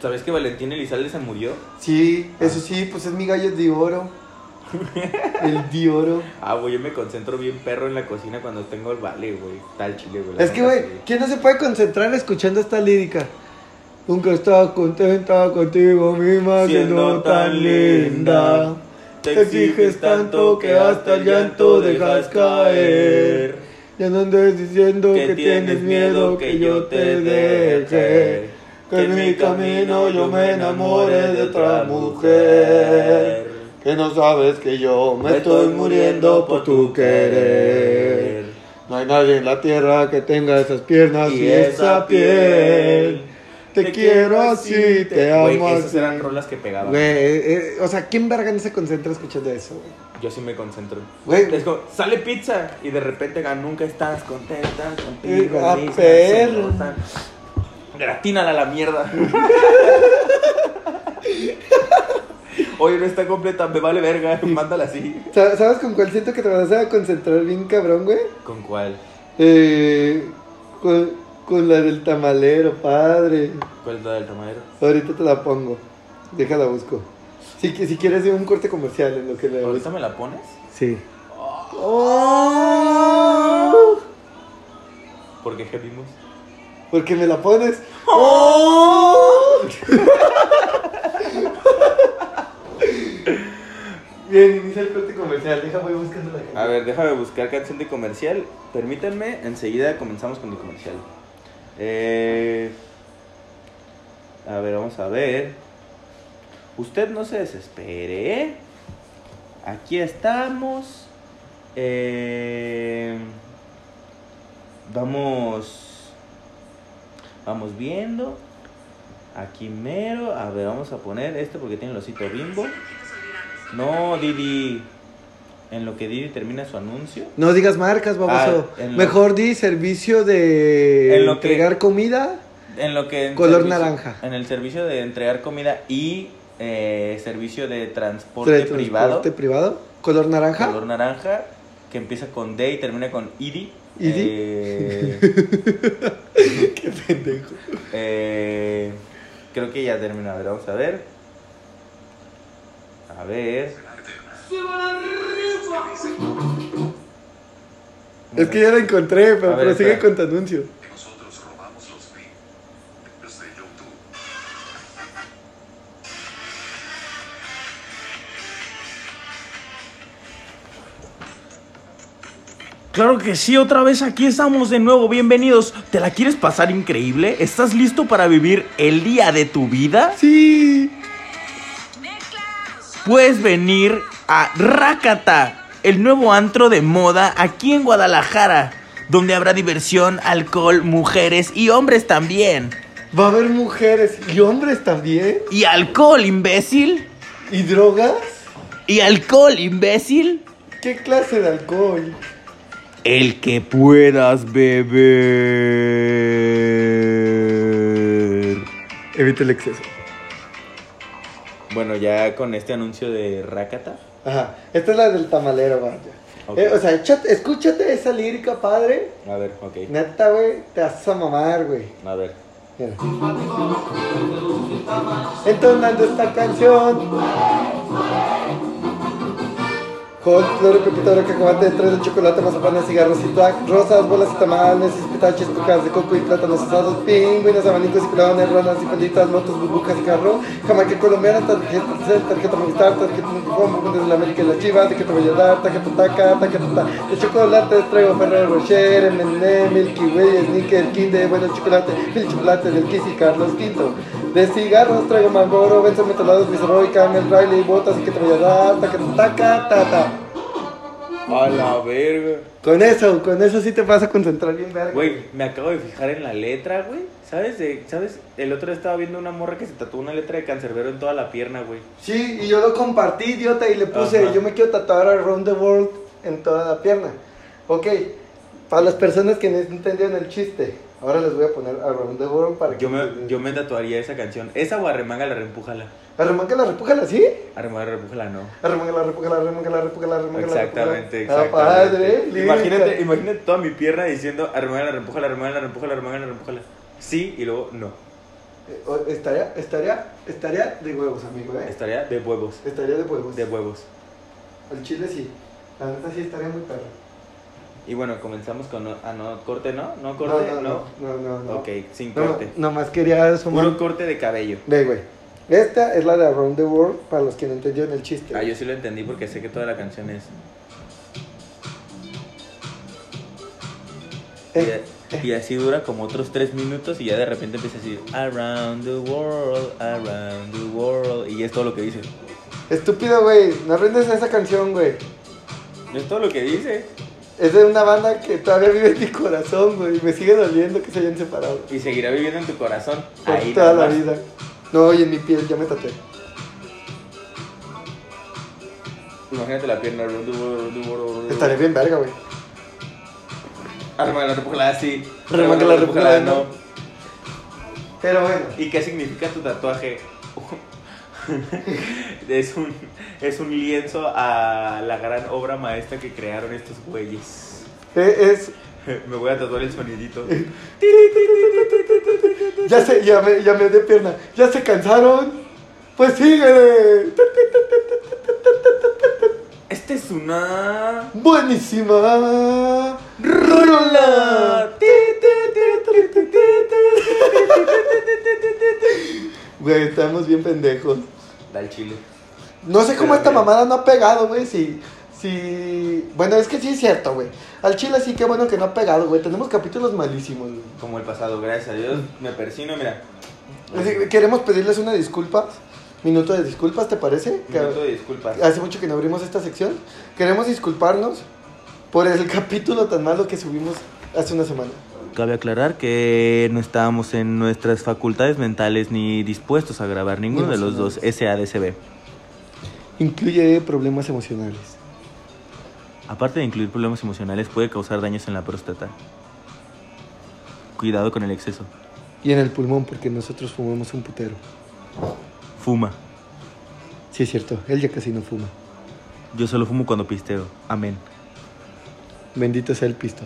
A: ¿Sabes que Valentín Elizalde se murió?
B: Sí, eso sí, pues es mi gallo de oro. El de oro. (laughs)
A: Ah, güey, yo me concentro bien perro en la cocina cuando tengo el vale, güey. Tal chile, güey. la
B: Es que,
A: neta,
B: güey, ¿quién no se puede concentrar escuchando esta lírica? Nunca he estado contenta contigo misma, siendo tan linda.
A: Te exiges tanto que hasta el llanto dejas caer.
B: Ya no andes diciendo que,
A: Que
B: tienes miedo que yo te deje.
A: deje.
B: Que en mi camino yo me enamore de otra mujer. Que no sabes que yo me estoy muriendo por tu querer. No hay nadie en la tierra que tenga esas piernas y, esa piel. Te quiero así, te
A: Güey,
B: amo
A: esas
B: así.
A: eran rolas que pegaban.
B: Güey, eh, eh, o sea, ¿quién verga no se concentra escuchando eso, güey?
A: Yo sí me concentro.
B: Güey.
A: Es como, sale pizza y de repente ah, nunca estás contenta contigo.
B: Ah,
A: misma,
B: perro.
A: celosa. Gratínala a la mierda. Oye, no está completa, me vale verga, mándala así.
B: ¿Sa- ¿Sabes con cuál siento que te vas a concentrar bien cabrón, güey?
A: ¿Con cuál?
B: Eh, con, con la del tamalero, padre.
A: ¿Cuál es la del tamadero?
B: Ahorita te la pongo. Déjala busco. Si, qui- si quieres de un corte comercial en lo que le
A: ¿Ahorita me la pones?
B: Sí.
A: Porque gemimos.
B: Porque me la pones. Bien, inicia el corte comercial. Deja, voy buscando la gente.
A: A ver, déjame buscar canción de comercial. Permítanme, enseguida comenzamos con el comercial. Eh, a ver, vamos a ver. Usted no se desespere. ¿eh? Aquí estamos. Eh, vamos. Vamos viendo. Aquí mero. A ver, vamos a poner este porque tiene el osito bimbo. No, Didi. En lo que Didi termina su anuncio.
B: No digas marcas, baboso.
A: Ah, en lo-
B: Mejor di servicio de
A: En lo que-
B: entregar comida.
A: En lo que. en
B: Color naranja.
A: En el servicio de entregar comida y eh, servicio de transporte,
B: Tra-
A: privado.
B: transporte privado. Color naranja.
A: Color naranja. Que empieza con D y termina con IDI.
B: Idi. (laughs)
A: Eh,
B: Qué pendejo.
A: eh, creo que ya terminó. A ver, vamos a ver. A ver.
B: Es que ya la encontré, pero
A: A ver,
B: prosigue
A: espera.
B: con tu anuncio.
C: que nosotros robamos los videos de YouTube.
A: Claro que sí, otra vez aquí estamos de nuevo, bienvenidos. ¿Te la quieres pasar increíble? ¿Estás listo para vivir el día de tu vida?
B: Sí.
A: Puedes venir a Rakata, el nuevo antro de moda aquí en Guadalajara, donde habrá diversión, alcohol, mujeres y hombres también.
B: Va a haber mujeres y hombres también.
A: Y alcohol, imbécil.
B: ¿Y drogas?
A: Y alcohol, imbécil.
B: ¿Qué clase de alcohol?
A: El que puedas beber.
B: Evita el exceso.
A: Bueno, ya con este anuncio de Rakata.
B: Ajá. Esta es la del tamalero, vaya.
A: Ok.
B: Eh, o sea, échate- escúchate esa lírica, padre.
A: A ver, ok.
B: Neta, güey, te vas a mamar, güey.
A: A ver.
B: Mira. Entonando esta canción. Hot, flor, pepita, cacahuate, tres de chocolate, mazapanes, cigarros y tuac, rosas, bolas y tamales, pistachos, cocas de coco y plátanos asados, pingüinos, abanicos y pilones, ranas y palitas, motos, burbujas y carro, jamaica colombiana, tarjeta Telcel, tarjeta Movistar, tarjeta Multicom, burbujas de la América y la Chiva, tarjeta Valladar, tarjeta Taca, tarjeta Ta, de chocolate, traigo Ferrero Rocher, M&M, Milky Way, Snickers, Kinder, bueno chocolate, el chocolate del Kiss y Carlos Quinto. De cigarros traigo Mangoro, Benson Metalados, Viceroy, Camel, Riley, Botas y que te voy a dar, taca, taca, tata.
A: A la verga.
B: Con eso, con eso sí te vas a concentrar bien, verga.
A: Güey, me acabo de fijar en la letra, güey. ¿Sabes? De, ¿Sabes? El otro día estaba viendo una morra que se tatuó una letra de cancerbero en toda la pierna, güey.
B: Sí, y yo lo compartí, idiota, y le puse,
A: Ajá.
B: yo me quiero tatuar Around the World en toda la pierna. Ok, para las personas que no entendieron el chiste, ahora les voy a poner Around the World para que...
A: Yo me, yo me tatuaría esa canción. Esa o arremanga la reempújala.
B: Arremángala, repújala, ¿sí?
A: Arremanga la reempújala, no.
B: Arremángala, repújala, arremángala, repújala, arremángala,
A: Exactamente,
B: repújala.
A: exactamente.
B: Ah, padre, lírica.
A: imagínate, imagínate toda mi pierna diciendo arremanga la reempújala, arremanga la reempújala, arremanga la reempújala. Sí, y luego no.
B: Eh, o- Estaría, estaría, estaría de huevos, amigo, eh.
A: Estaría de huevos.
B: Estaría de huevos.
A: De huevos.
B: Al chile sí. La neta sí estaría muy perro.
A: Y bueno, comenzamos con. no- Ah, no, corte, ¿no? No
B: No,
A: corte,
B: no, no, no, no, no.
A: Ok, sin
B: No,
A: corte.
B: nomás quería sumar.
A: Puro corte de cabello.
B: Ve, güey. Esta es la de Around the World para los que no entendieron el chiste.
A: Ah, yo sí lo entendí porque sé que toda la canción es.
B: Eh,
A: Y, y así dura como otros tres minutos y ya de repente empieza a decir Around the world, around the world. Y es todo lo que dice.
B: Estúpido, güey. No aprendes esa canción, güey.
A: Es todo lo que dice.
B: Es de una banda que todavía vive en mi corazón, güey. Y me sigue doliendo que se hayan separado.
A: Y seguirá viviendo en tu corazón.
B: Por
A: Ahí
B: toda
A: nada
B: la
A: más.
B: vida. No, y en mi piel, ya me tatué.
A: Imagínate la pierna. around the world, around the world, around the
B: Estaría
A: world.
B: bien verga, güey.
A: Arma Ah, la repújala así.
B: Arma la repújala, no. Pero bueno.
A: ¿Y qué significa tu tatuaje? (laughs) es, un, es un lienzo a la gran obra maestra que crearon estos güeyes. (laughs)
B: eh, Es.
A: Me voy a tatuar el sonidito.
B: Ya se, ya me, ya me de pierna. Ya se cansaron. Pues síguele.
A: Este es una...
B: Buenísima.
A: ¡Rola!
B: Güey, estamos bien pendejos.
A: Da el chile.
B: No sé cómo
A: Pero
B: esta
A: mira.
B: mamada no ha pegado, güey. Si, si. Bueno, es que sí es cierto, güey. Al chile sí que bueno que no ha pegado, güey. Tenemos capítulos malísimos, güey.
A: Como el pasado, gracias a Dios. Me persino, mira.
B: Así que Queremos pedirles una disculpa. Minuto de disculpas, ¿te parece? Que-
A: Minuto de disculpas.
B: Hace mucho que no abrimos esta sección. Queremos disculparnos por el (laughs) capítulo tan malo que subimos hace una semana.
A: Cabe aclarar que no estábamos en nuestras facultades mentales ni dispuestos a grabar ninguno de los dos SADCB.
B: Incluye problemas emocionales.
A: Aparte de incluir problemas emocionales, puede causar daños en la próstata. Cuidado con el exceso.
B: Y en el pulmón, porque nosotros fumamos un putero.
A: Fuma.
B: Sí, es cierto, él ya casi no fuma.
A: Yo solo fumo cuando pisteo. Amén.
B: Bendito sea el pisto.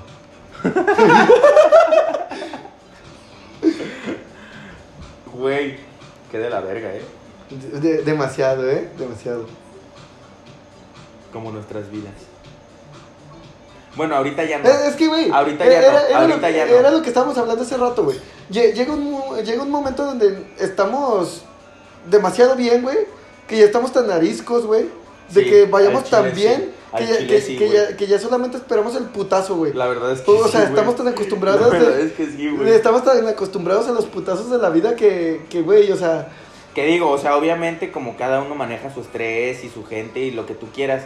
A: Güey, qué de la verga, ¿eh?
B: De- de- demasiado, ¿eh? Demasiado.
A: Como nuestras vidas. Bueno, ahorita ya no.
B: Eh, Es que, güey.
A: Ahorita
B: eh,
A: ya no,
B: lo-
A: ahorita ya no.
B: era lo que estábamos hablando hace rato, güey. Lle- Llega un, mo- llega un momento donde estamos demasiado bien, güey. Que ya estamos tan ariscos, güey. De
A: Sí,
B: que vayamos
A: al chile
B: tan bien
A: sí. Al
B: que, ya,
A: chile
B: que-
A: sí,
B: que
A: güey.
B: ya- que ya solamente esperamos el putazo, güey.
A: La verdad es que
B: O
A: sí,
B: sea,
A: güey.
B: estamos tan acostumbrados
A: La verdad
B: de-
A: es que sí, güey.
B: Estamos tan acostumbrados a los putazos de la vida que, que, güey, o sea,
A: Que digo, o sea, obviamente como cada uno maneja su estrés y su gente y lo que tú quieras.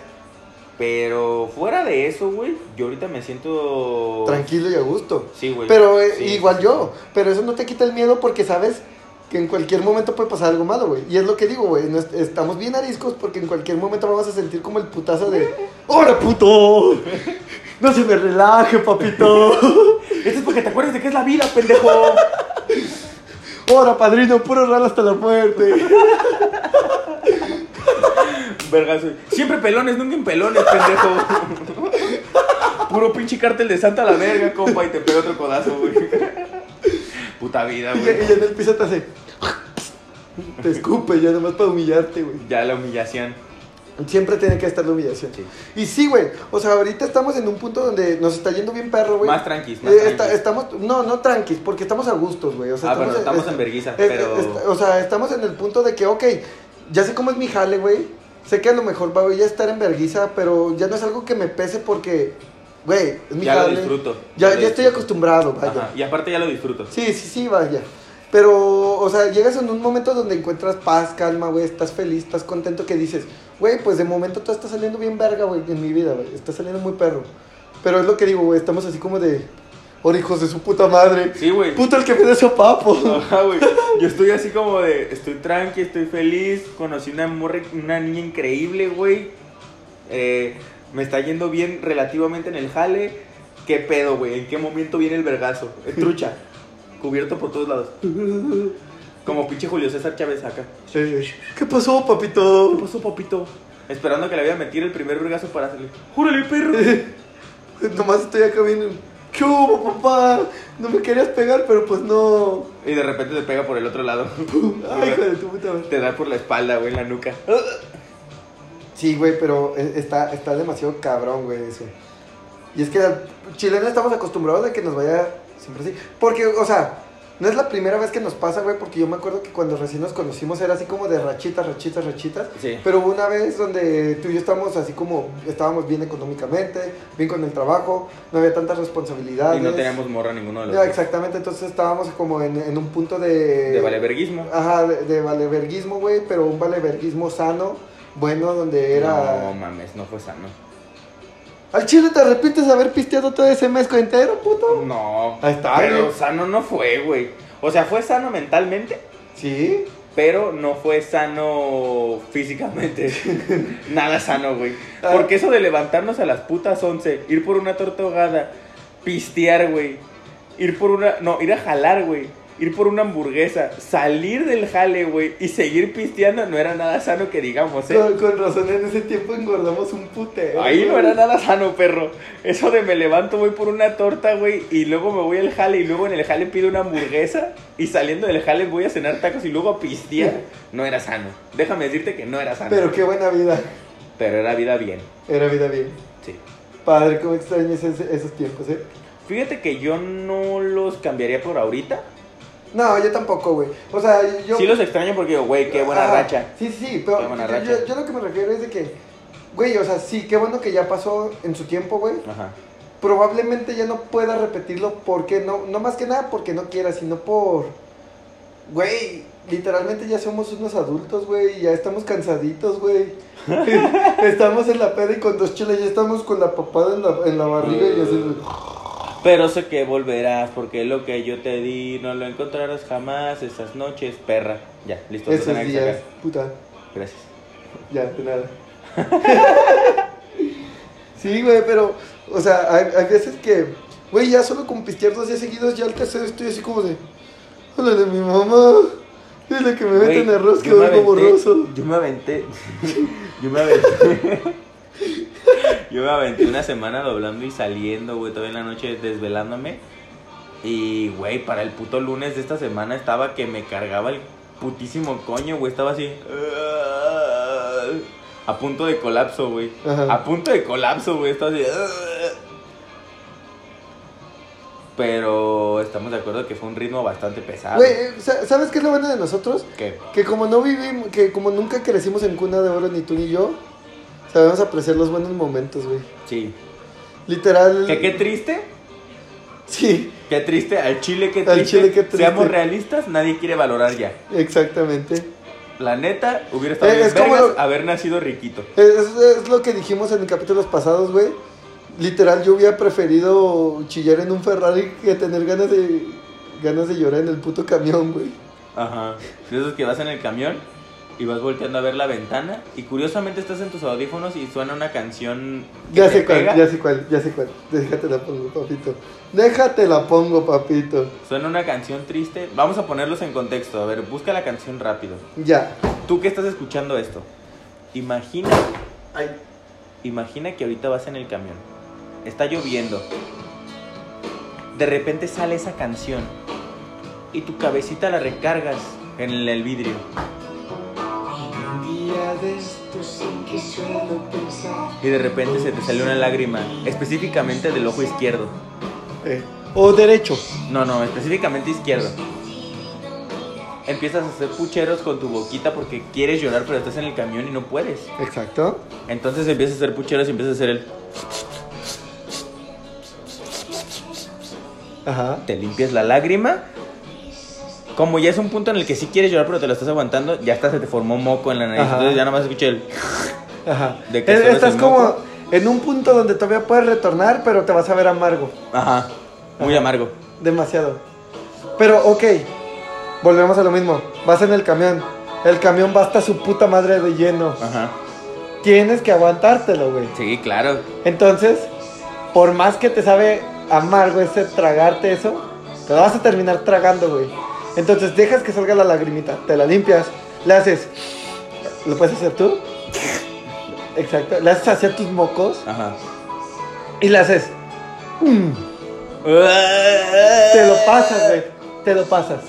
A: Pero fuera de eso, güey, yo ahorita me siento...
B: tranquilo y a gusto.
A: Sí, güey.
B: Pero eh,
A: Sí,
B: igual
A: sí,
B: yo, pero eso no te quita el miedo porque sabes que en cualquier momento puede pasar algo malo, güey. Y es lo que digo, güey, no es- estamos bien ariscos porque en cualquier momento vamos a sentir como el putazo de, ¡Hola, puto! No se me relaje, papito.
A: sí. Esto es porque te acuerdas de qué es la vida, pendejo.
B: (laughs) ¡Hola, padrino! Puro raro hasta la muerte.
A: Vergas, güey. Siempre pelones, nunca en pelones, pendejo. Puro pinche cártel de santa a la verga, compa, y te pega otro codazo, güey. Puta vida,
B: Y ya, y
A: güey.
B: ya en el piso te hace, te escupe, ya nomás para humillarte, güey.
A: Ya la humillación.
B: Siempre tiene que estar la humillación.
A: Sí.
B: Y sí, güey, o sea, ahorita estamos en un punto donde nos está yendo bien perro, güey.
A: Más tranquis, más
B: Eh, esta-
A: tranquis.
B: estamos, no, no tranquis, porque estamos a gustos, güey. O sea,
A: Ah, perdón, estamos
B: es-
A: en verguiza,
B: es-
A: pero...
B: es- o sea, estamos en el punto de que, ok, ya sé cómo es mi jale, güey. Sé que a lo mejor va- voy a estar en verguiza, pero ya no es algo que me pese porque, güey, es mi
A: Ya lo
B: jale.
A: disfruto.
B: Ya,
A: lo
B: ya estoy
A: disfruto.
B: acostumbrado, vaya.
A: Ajá, Y aparte ya lo disfruto.
B: Sí, sí, sí, vaya. Pero, o sea, llegas en un momento donde encuentras paz, calma, güey, estás feliz, estás contento que dices, güey, pues de momento todo está saliendo bien verga, güey, en mi vida, güey, está saliendo muy perro. Pero es lo que digo, güey, estamos así como de, "Ahora, hijos de su puta madre,
A: Sí, güey.
B: puta el que me dio papo.
A: Ajá, güey. Yo estoy así como de, estoy tranqui, estoy feliz, conocí una morra, una niña increíble, güey. Eh, me está yendo bien relativamente en el jale. ¿Qué pedo, güey? ¿En qué momento viene el vergazo? Eh, trucha, cubierto por todos lados. Como pinche Julio César Chávez acá.
B: Eh, ¿Qué pasó,
A: ¿Qué
B: papito?
A: pasó, papito? Esperando que le voy a meter el primer vergazo para hacerle. ¡Júrale, perro!
B: (laughs) Nomás estoy acá bien, ¿qué hubo, papá? No me querías pegar, pero pues no.
A: Y de repente te pega por el otro lado. (laughs)
B: Ay, hijo de tu puta madre.
A: Te da por la espalda, güey, en la nuca.
B: Sí, güey, pero e- está, está demasiado cabrón, güey, eso. Y es que al chileno estamos acostumbrados a que nos vaya siempre así. Porque, o sea, no es la primera vez que nos pasa, güey, porque yo me acuerdo que cuando recién nos conocimos era así como de rachitas, rachitas, rachitas.
A: Sí.
B: Pero hubo una vez donde tú y yo estábamos así como, estábamos bien económicamente, bien con el trabajo, no había tantas responsabilidades.
A: Y no tenemos morra ninguno de los
B: Ya,
A: dos.
B: exactamente, entonces estábamos como en, en un punto de...
A: De valeverguismo.
B: Ajá, de, de valeverguismo, güey, pero un valeverguismo sano, bueno, donde era...
A: No mames, no fue sano.
B: ¿Al chile te arrepientes de haber pisteado todo ese mezco entero,
A: Mm.
B: puto?
A: No.
B: Ahí está,
A: Pero
B: güey.
A: sano no fue, güey. O sea, fue sano mentalmente,
B: Sí.
A: pero no fue sano físicamente. (laughs) Nada sano, güey.
B: Ah.
A: Porque eso de levantarnos a las putas 11, ir por una torta ahogada, pistear, güey. Ir por una. No, ir a jalar, güey. Ir por una hamburguesa, salir del jale, güey, y seguir pisteando no era nada sano que digamos, ¿eh?
B: Con, con razón, en ese tiempo engordamos un putero.
A: Ahí no
B: güey.
A: era nada sano, perro. Eso de me levanto, voy por una torta, güey, y luego me voy al jale, y luego en el jale pido una hamburguesa, y saliendo del jale voy a cenar tacos y luego a
B: (laughs)
A: pistear. No era sano. Déjame decirte que no era sano.
B: Pero qué buena vida.
A: Pero era vida bien,
B: Era vida bien.
A: sí.
B: Padre, cómo extrañas ese- esos tiempos, ¿eh?
A: Fíjate que yo no los cambiaría por ahorita.
B: No, yo tampoco, güey. O sea, yo...
A: Sí los extraño porque digo, güey, qué buena
B: Ah,
A: racha.
B: Sí, sí, sí, pero
A: Qué buena
B: yo,
A: racha.
B: yo- yo lo que me refiero es de que, güey, o sea, sí, qué bueno que ya pasó en su tiempo, güey.
A: Ajá.
B: Probablemente ya no pueda repetirlo porque no, no más que nada porque no quiera, sino por, güey, literalmente ya somos unos adultos, güey, ya estamos cansaditos, güey. estamos en la peda y con dos chiles, ya estamos con la papada en la, en la barriga y así.
A: Pero sé que volverás, porque lo que yo te di no lo encontrarás jamás esas noches, perra. Ya, listo. no
B: Esos
A: tenía que
B: días,
A: sacar.
B: puta.
A: Gracias.
B: Ya, de nada. (laughs) sí, güey, pero, o sea, hay, hay veces que, güey, ya solo con pistear dos días seguidos, ya al tercero estoy así como de, háblale a mi mamá, dile que me
A: Güey,
B: meten a rosca,
A: yo me
B: vengo
A: aventé-
B: borroso.
A: Yo me aventé. yo me aventé. (laughs) yo me aventé una semana doblando y saliendo, güey, toda en la noche desvelándome. Y, güey, para el puto lunes de esta semana estaba que me cargaba el putísimo coño, güey. Estaba así. A punto de colapso, güey.
B: Ajá.
A: A punto de colapso, güey. Estaba así. Pero estamos de acuerdo que fue un ritmo bastante pesado.
B: Güey, eh, sa- ¿sabes qué es lo bueno de nosotros?
A: ¿Qué?
B: Que como no vivimos, que como nunca crecimos en cuna de oro, ni tú ni yo, Sabemos apreciar los buenos momentos, güey.
A: Sí.
B: Literal.
A: Que qué triste,
B: Sí,
A: qué triste, al chile qué
B: Al
A: triste.
B: chile, qué triste.
A: Seamos realistas, nadie quiere valorar ya.
B: exactamente.
A: La neta, hubiera estado
B: Eh,
A: bien
B: es como
A: vergas
B: lo-
A: haber nacido riquito.
B: Es, es lo que dijimos en capítulos pasados, güey. Literal, yo hubiera preferido chillar en un Ferrari que tener ganas de ganas de llorar en el puto camión, güey.
A: Ajá. De esos que vas en el camión y vas volteando a ver la ventana y curiosamente estás en tus audífonos y suena una canción que
B: Ya
A: te
B: sé cuál,
A: pega.
B: ya sé cuál, ya sé cuál. Déjate la pongo, papito. Déjate la pongo, papito.
A: Suena una canción triste. Vamos a ponerlos en contexto. A ver, busca la canción rápido.
B: Ya.
A: Tú que estás escuchando esto, imagina,
B: Ay,
A: imagina que ahorita vas en el camión. Está lloviendo. De repente sale esa canción y tu cabecita la recargas en el vidrio.
D: Un día de estos en que suelo pensar.
A: Y de repente se te sale una lágrima, específicamente del ojo izquierdo.
B: eh. O derecho.
A: No, no, específicamente izquierdo. Empiezas a hacer pucheros con tu boquita porque quieres llorar, pero estás en el camión y no puedes.
B: Exacto.
A: Entonces empiezas a hacer pucheros y empiezas a hacer el.
B: Ajá.
A: Te limpias la lágrima. Como ya es un punto en el que sí quieres llorar, pero te lo estás aguantando, ya hasta se te formó moco en la nariz.
B: Ajá.
A: Entonces ya nada más escuché el.
B: Ajá.
A: ¿De qué
B: Es-
A: suena
B: Estás
A: ese
B: como
A: moco?
B: en un punto donde todavía puedes retornar, pero te vas a ver amargo.
A: Ajá. Muy
B: Ajá.
A: amargo.
B: Demasiado. Pero, ok. Volvemos a lo mismo. Vas en el camión. El camión va hasta su puta madre de lleno.
A: Ajá.
B: Tienes que aguantártelo, güey.
A: Sí, claro.
B: Entonces, por más que te sabe amargo ese tragarte eso, te lo vas a terminar tragando, güey. Entonces, dejas que salga la lagrimita, te la limpias, le haces. ¿Lo puedes hacer tú? Exacto. Le haces hacia tus mocos
A: Ajá.
B: y le haces. Te
A: Te
B: lo pasas, güey. Te lo pasas.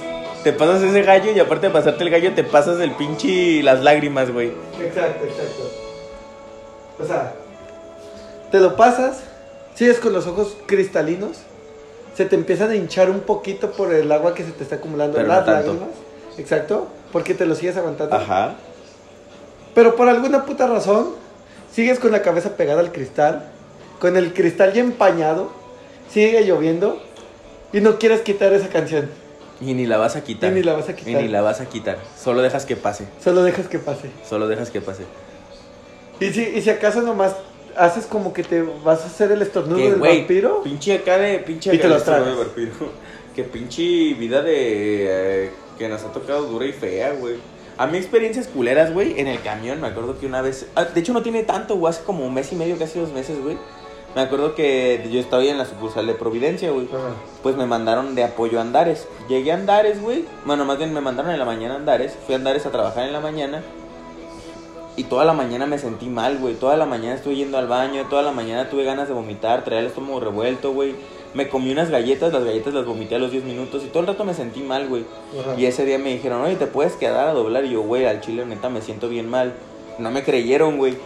A: Te pasas ese gallo y aparte de pasarte el gallo, te pasas el pinche y las lágrimas, güey.
B: Exacto, exacto. O sea, te lo pasas, sigues con los ojos cristalinos, se te empiezan a hinchar un poquito por el agua que se te está acumulando en
A: Pero no
B: las
A: tanto.
B: lágrimas. Exacto, porque te lo sigues aguantando.
A: Ajá.
B: Pero por alguna puta razón, sigues con la cabeza pegada al cristal, con el cristal ya empañado, sigue lloviendo y no quieres quitar esa canción.
A: Y ni la vas a quitar.
B: Y ni la vas a quitar.
A: Y ni la vas a quitar. Solo dejas que pase.
B: Solo dejas que pase.
A: Solo dejas que pase.
B: Y si, y si acaso nomás haces como que te vas a hacer el estornudo
A: Que,
B: del
A: güey,
B: vampiro.
A: Pinche acá de pinche
B: Y te
A: acá
B: los
A: de este
B: tragas.
A: nuevo vampiro. (laughs) Que pinche vida de eh, que nos ha tocado dura y fea, güey. A mí experiencias culeras, güey, en el camión, me acuerdo que una vez, ah, de hecho no tiene tanto, güey, hace como un mes y medio, casi dos meses, güey. Me acuerdo que yo estaba ahí en la sucursal de Providencia, güey.
B: Ah,
A: pues me mandaron de apoyo a Andares. Llegué a Andares, güey. Bueno, más bien me mandaron en la mañana a Andares. Fui a Andares a trabajar en la mañana. Y toda la mañana me sentí mal, güey. Toda la mañana estuve yendo al baño. Toda la mañana tuve ganas de vomitar. Traía el estómago revuelto, güey. Me comí unas galletas. Las galletas las vomité a los 10 minutos. Y todo el rato me sentí mal, güey.
B: ajá.
A: Y ese día me dijeron, oye, ¿te puedes quedar a doblar? Y yo, güey, al chile neta me siento bien mal. No me creyeron, güey.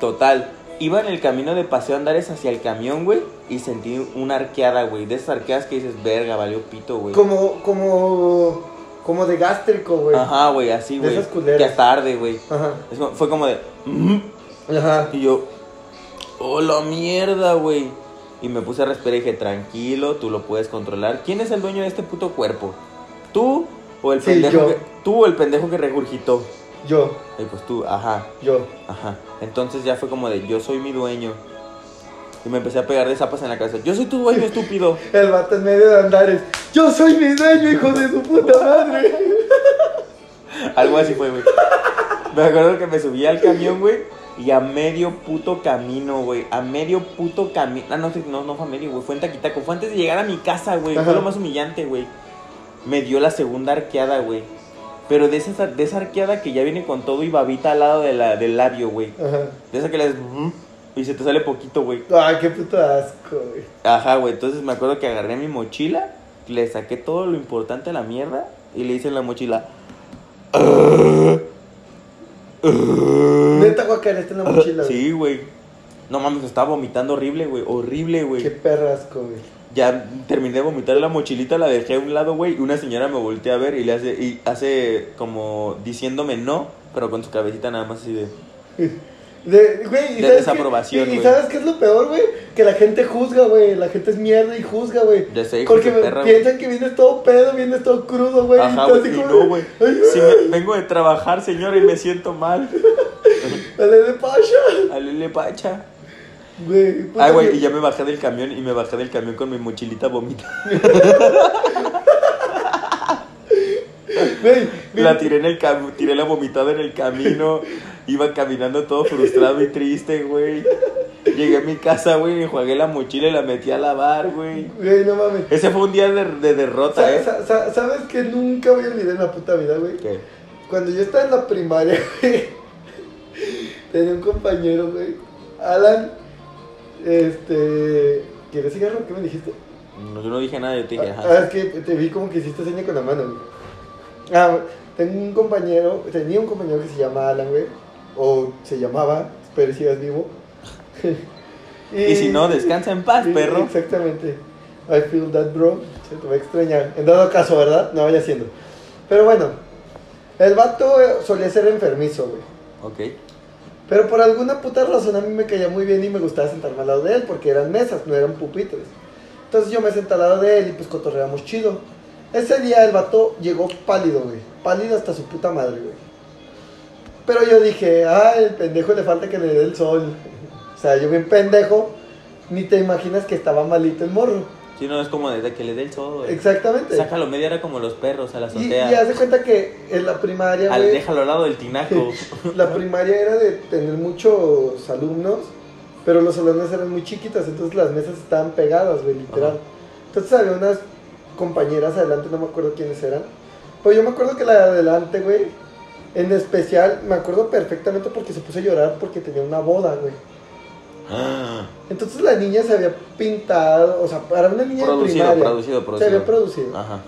A: Total. Iba en el camino de Paseo Andares hacia el camión, güey. Y sentí una arqueada, güey. De esas arqueadas que dices, verga, valió pito, güey.
B: Como, como, como de gástrico, güey. Ajá.
A: Ajá, güey, así,
B: De
A: güey.
B: esas culeras.
A: Que hasta arde, güey.
B: Ajá.
A: Es como- Fue como de... "Mm". Y yo, oh, la mierda, güey. Y me puse a respirar y dije, tranquilo, tú lo puedes controlar. ¿Quién es el dueño de este puto cuerpo? ¿Tú o el
B: Sí,
A: pendejo,
B: yo.
A: que, tú o el pendejo que regurgitó?
B: Yo,
A: Y pues tú, ajá,
B: yo.
A: ajá. Entonces ya fue como de, yo soy mi dueño. Y me empecé a pegar de zapas en la cabeza. Yo soy tu dueño, estúpido.
B: El vato en medio de andares. Yo soy mi dueño, hijo de su puta madre.
A: Algo así fue, güey. Me acuerdo que me subí al camión, güey. Y a medio puto camino, güey. A medio puto camino. Ah, no, sí, no, no fue a medio, güey. Fue en Taquitaco. Fue antes de llegar a mi casa, güey.
B: Ajá.
A: Fue lo más humillante, güey. Me dio la segunda arqueada, güey. Pero de esa, de esa arqueada que ya viene con todo y babita al lado de la, del labio, güey.
B: Ajá.
A: De esa que le das... Y se te sale poquito, güey.
B: Ay, qué puto asco, güey.
A: Ajá, güey. Entonces me acuerdo que agarré mi mochila, le saqué todo lo importante a la mierda y le hice en la mochila.
B: Neta guacaleta en la mochila. güey.
A: Mm. Sí, güey. No mames, estaba vomitando horrible, güey. Horrible,
B: Qué
A: güey.
B: perrasco, güey.
A: Ya terminé de vomitar la mochilita, la dejé a un lado, güey. Y una señora me voltea a ver y le hace, y hace como diciéndome no, pero con su cabecita nada más así de.
B: De, güey, ¿y
A: De
B: sabes qué?
A: desaprobación,
B: Y- ¿Y
A: güey.
B: sabes qué es lo peor, güey? Que la gente juzga, güey. La gente es mierda y juzga, güey.
A: Ya sé, hijos
B: Porque
A: de perra, güey.
B: piensan que vienes todo pedo, vienes todo crudo, güey.
A: Ajá,
B: y tú
A: güey.
B: así
A: y
B: como
A: no,
B: de,
A: güey.
B: "Ay,
A: Si me- vengo de trabajar, señora, y me siento
B: (laughs)
A: mal.
B: dale de pacha.
A: Alele pacha.
B: Güey. pues, puta,
A: Ay, güey, y ya me bajé del camión y me bajé del camión con mi mochilita vomita.
B: Güey, güey,
A: La tiré en el cam- tiré la vomitada en el camino. Iba caminando todo frustrado y triste, güey. Llegué a mi casa, güey, me enjuagué la mochila y la metí a lavar, güey.
B: güey, no mames.
A: Ese fue un día de, de derrota,
B: Sa-
A: ¿eh?
B: sa- sa- ¿Sabes que nunca voy a olvidar en la puta vida, güey?
A: ¿Qué?
B: Cuando yo estaba en la primaria, (laughs) güey, tenía un compañero, güey. Alan, este. ¿Quieres cigarro? ¿Qué me dijiste?
A: No, yo no dije nada, yo te dije,
B: Ah,
A: ajá.
B: es que te vi como que hiciste seña con la mano, güey. Ah, tengo un compañero, tenía un compañero que se llama Alan, güey. O se llamaba, espero que sigas vivo. (laughs)
A: Y si no, descansa en paz,
B: Sí,
A: perro.
B: Exactamente. I feel that, bro. Se te va a extrañar. En dado caso, ¿verdad? No vaya siendo. Pero bueno, el vato eh, solía ser enfermizo, güey.
A: Ok.
B: Pero por alguna puta razón a mí me caía muy bien y me gustaba sentarme al lado de él porque eran mesas, no eran pupitres. Entonces yo me senté al lado de él y pues cotorreamos chido. Ese día el vato llegó pálido, güey. Pálido hasta su puta madre, güey. Pero yo dije, ah, el pendejo le falta que le dé el sol. (laughs) O sea, yo bien pendejo, ni te imaginas que estaba malito el morro.
A: Si no, es como desde que le dé el sol, güey.
B: Exactamente.
A: Sácalo media hora como los perros a la
B: Y, y
A: azotea.
B: hace cuenta que en la primaria,
A: Al-
B: güey,
A: déjalo al lado del
B: (laughs)
A: tinaco.
B: La primaria era de tener muchos alumnos, pero los salones eran muy chiquitas, entonces las mesas estaban pegadas, güey, literal.
A: Ajá.
B: Entonces había unas compañeras adelante, no me acuerdo quiénes eran. Pero Pues yo me acuerdo que la de adelante, güey, en especial, me acuerdo perfectamente porque se puso a llorar porque tenía una boda, güey.
A: Ah,
B: Entonces la niña se había pintado, o sea, para una niña de
A: producido,
B: primaria.
A: producido,
B: se había
A: producido.
B: producido.
A: Ajá.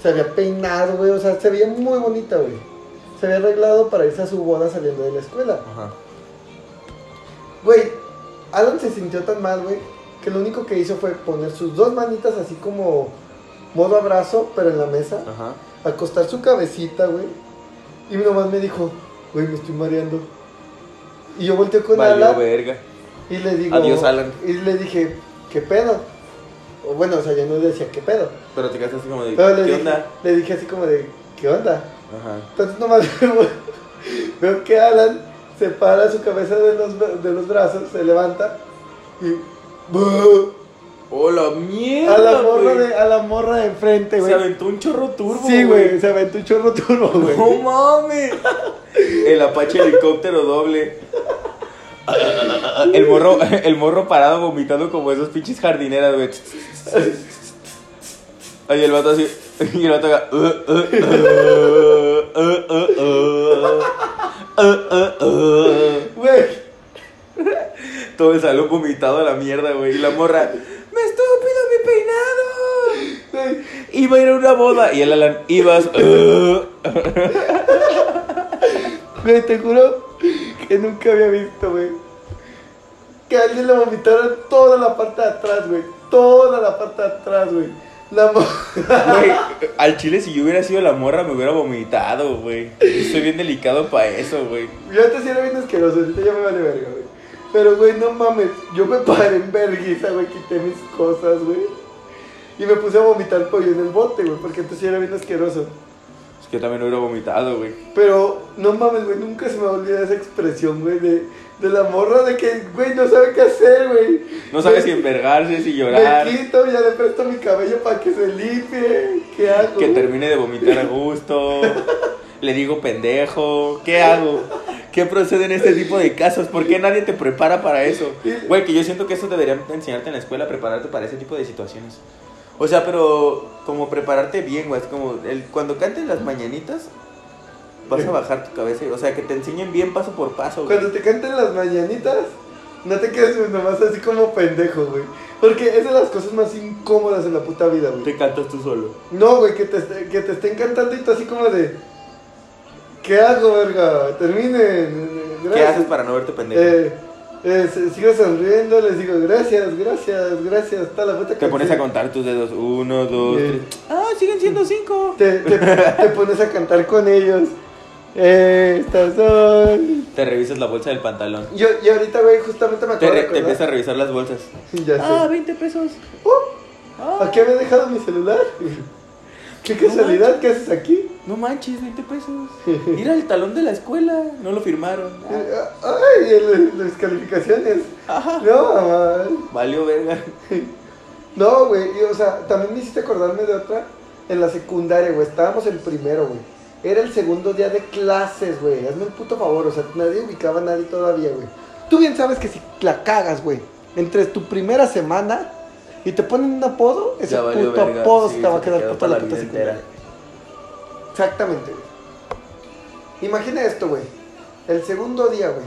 B: Se había peinado, güey, o sea, se veía muy bonita, güey. Se había arreglado para irse a su boda saliendo de la escuela.
A: Ajá.
B: Güey, Alan se sintió tan mal, güey, que lo único que hizo fue poner sus dos manitas así como modo abrazo, pero en la mesa,
A: Ajá.
B: acostar su cabecita, güey, y nomás me dijo, güey, me estoy mareando. Y yo volteé con
A: Valió
B: Alan
A: verga.
B: y le digo,
A: Adiós, Alan.
B: Y le dije, ¿qué pedo? O bueno, o sea, ya no le decía, ¿qué pedo?
A: Pero te quedaste así como de,
B: Pero le,
A: ¿qué
B: dije,
A: onda?
B: le dije así como de, ¿qué onda?
A: Ajá.
B: Entonces nomás (laughs) veo, veo que Alan se para su cabeza de los, bra- de los brazos, se levanta y... ¡bu!
A: ¡Hola, "Oh, mierda,
B: A la morra
A: güey!
B: de, a la morra de enfrente,
A: Se
B: güey.
A: aventó un chorro turbo,
B: Sí, güey, se aventó un chorro turbo, güey.
A: ¡No mames! El Apache helicóptero doble. El morro, el morro parado vomitando como esos pinches jardineras, güey. Ay, el vato así. Y el vato acá. "Uh, uh, uh, uh, uh, uh, uh, uh, uh".
B: Güey,
A: Todo el salón vomitado a la mierda, güey. Y la morra. ¡Me estúpido mi peinado!
B: güey.
A: Iba a ir a una boda. Y el Alan, ibas. (laughs) "Uh".
B: Güey, te juro que nunca había visto, güey. Que a alguien le vomitaron toda la parte de atrás, güey. Toda la parte de atrás, güey. La mo- (laughs)
A: Güey, al chile si yo hubiera sido la morra me hubiera vomitado, güey. Estoy bien delicado para eso, güey.
B: Yo antes sí era bien asqueroso, ahorita ya me vale verga, güey. Pero, güey, no mames. Yo me paré en verguiza, güey, quité mis cosas, güey. Y me puse a vomitar pollo en el bote, güey, porque antes sí era bien asqueroso.
A: Es que yo también hubiera vomitado, güey.
B: Pero, no mames, güey, nunca se me va a olvidar esa expresión, güey, de, de la morra de que, güey, no sabe qué hacer, güey.
A: No sabes si
B: Me-
A: envergarse, si llorar,
B: Me quito, ya le presto mi cabello para que se limpie. ¿Qué hago?
A: que termine de vomitar a gusto. Le digo pendejo, ¿qué hago? ¿Qué procede en este tipo de casos? ¿Por qué nadie te prepara para eso? Güey, que yo siento que eso deberían enseñarte en la escuela, prepararte para ese tipo de situaciones. O sea, pero como prepararte bien, güey. Es como el, cuando cantes las mañanitas, vas a bajar tu cabeza. O sea, que te enseñen bien paso por paso, güey.
B: Cuando te canten las mañanitas, no te quedes güey, nomás así como pendejo, güey. Porque es de las cosas más incómodas en la puta vida, güey.
A: Te cantas tú solo.
B: No, güey, que te, est- que te estén cantando y tú así como de... ¿Qué hago, verga? Terminen.
A: ¿Qué
B: Gracias.
A: haces para no verte pendejo?
B: Eh, eh, se- sigo sonriendo, les digo gracias, gracias, gracias. Hasta la puta
A: te pones a
B: canción.
A: contar tus dedos. Uno, dos,
B: Eh.
A: tres. Ah, siguen siendo cinco.
B: te, te- te pones a cantar con ellos. Eh, Estas son.
A: Te revisas la bolsa del pantalón.
B: Yo, y ahorita, güey, justamente me
A: Te,
B: acabo
A: re-
B: de
A: te empiezas a
B: acordar.
A: revisar las bolsas.
B: Ya sé.
E: Ah, 20 pesos.
B: Uh, ¿A qué había dejado mi celular? (laughs) ¿Qué casualidad? ¿Qué haces aquí?
E: No manches,
A: (laughs)
E: 20 pesos. Ir al talón de la escuela. No lo firmaron. Ah,
B: Eh, Ay, el- las calificaciones.
E: Ajá.
B: No, mamá.
A: Valió verga.
B: No, güey, y, o sea, también me hiciste acordarme de otra en la secundaria, güey. Estábamos en primero, güey. Era el segundo día de clases, güey. Hazme el puto favor, o sea, nadie ubicaba a nadie todavía, güey. Tú bien sabes que si la cagas, güey, entre tu primera semana y te ponen un apodo, ese
A: Ya valió
B: puto
A: verga.
B: apodo
A: Sí,
B: se te va a
A: se te
B: quedar
A: quedó
B: puta
A: para
B: la
A: la
B: puta
A: vida
B: secundaria. Exactamente, güey. Imagina esto, güey. El segundo día, güey.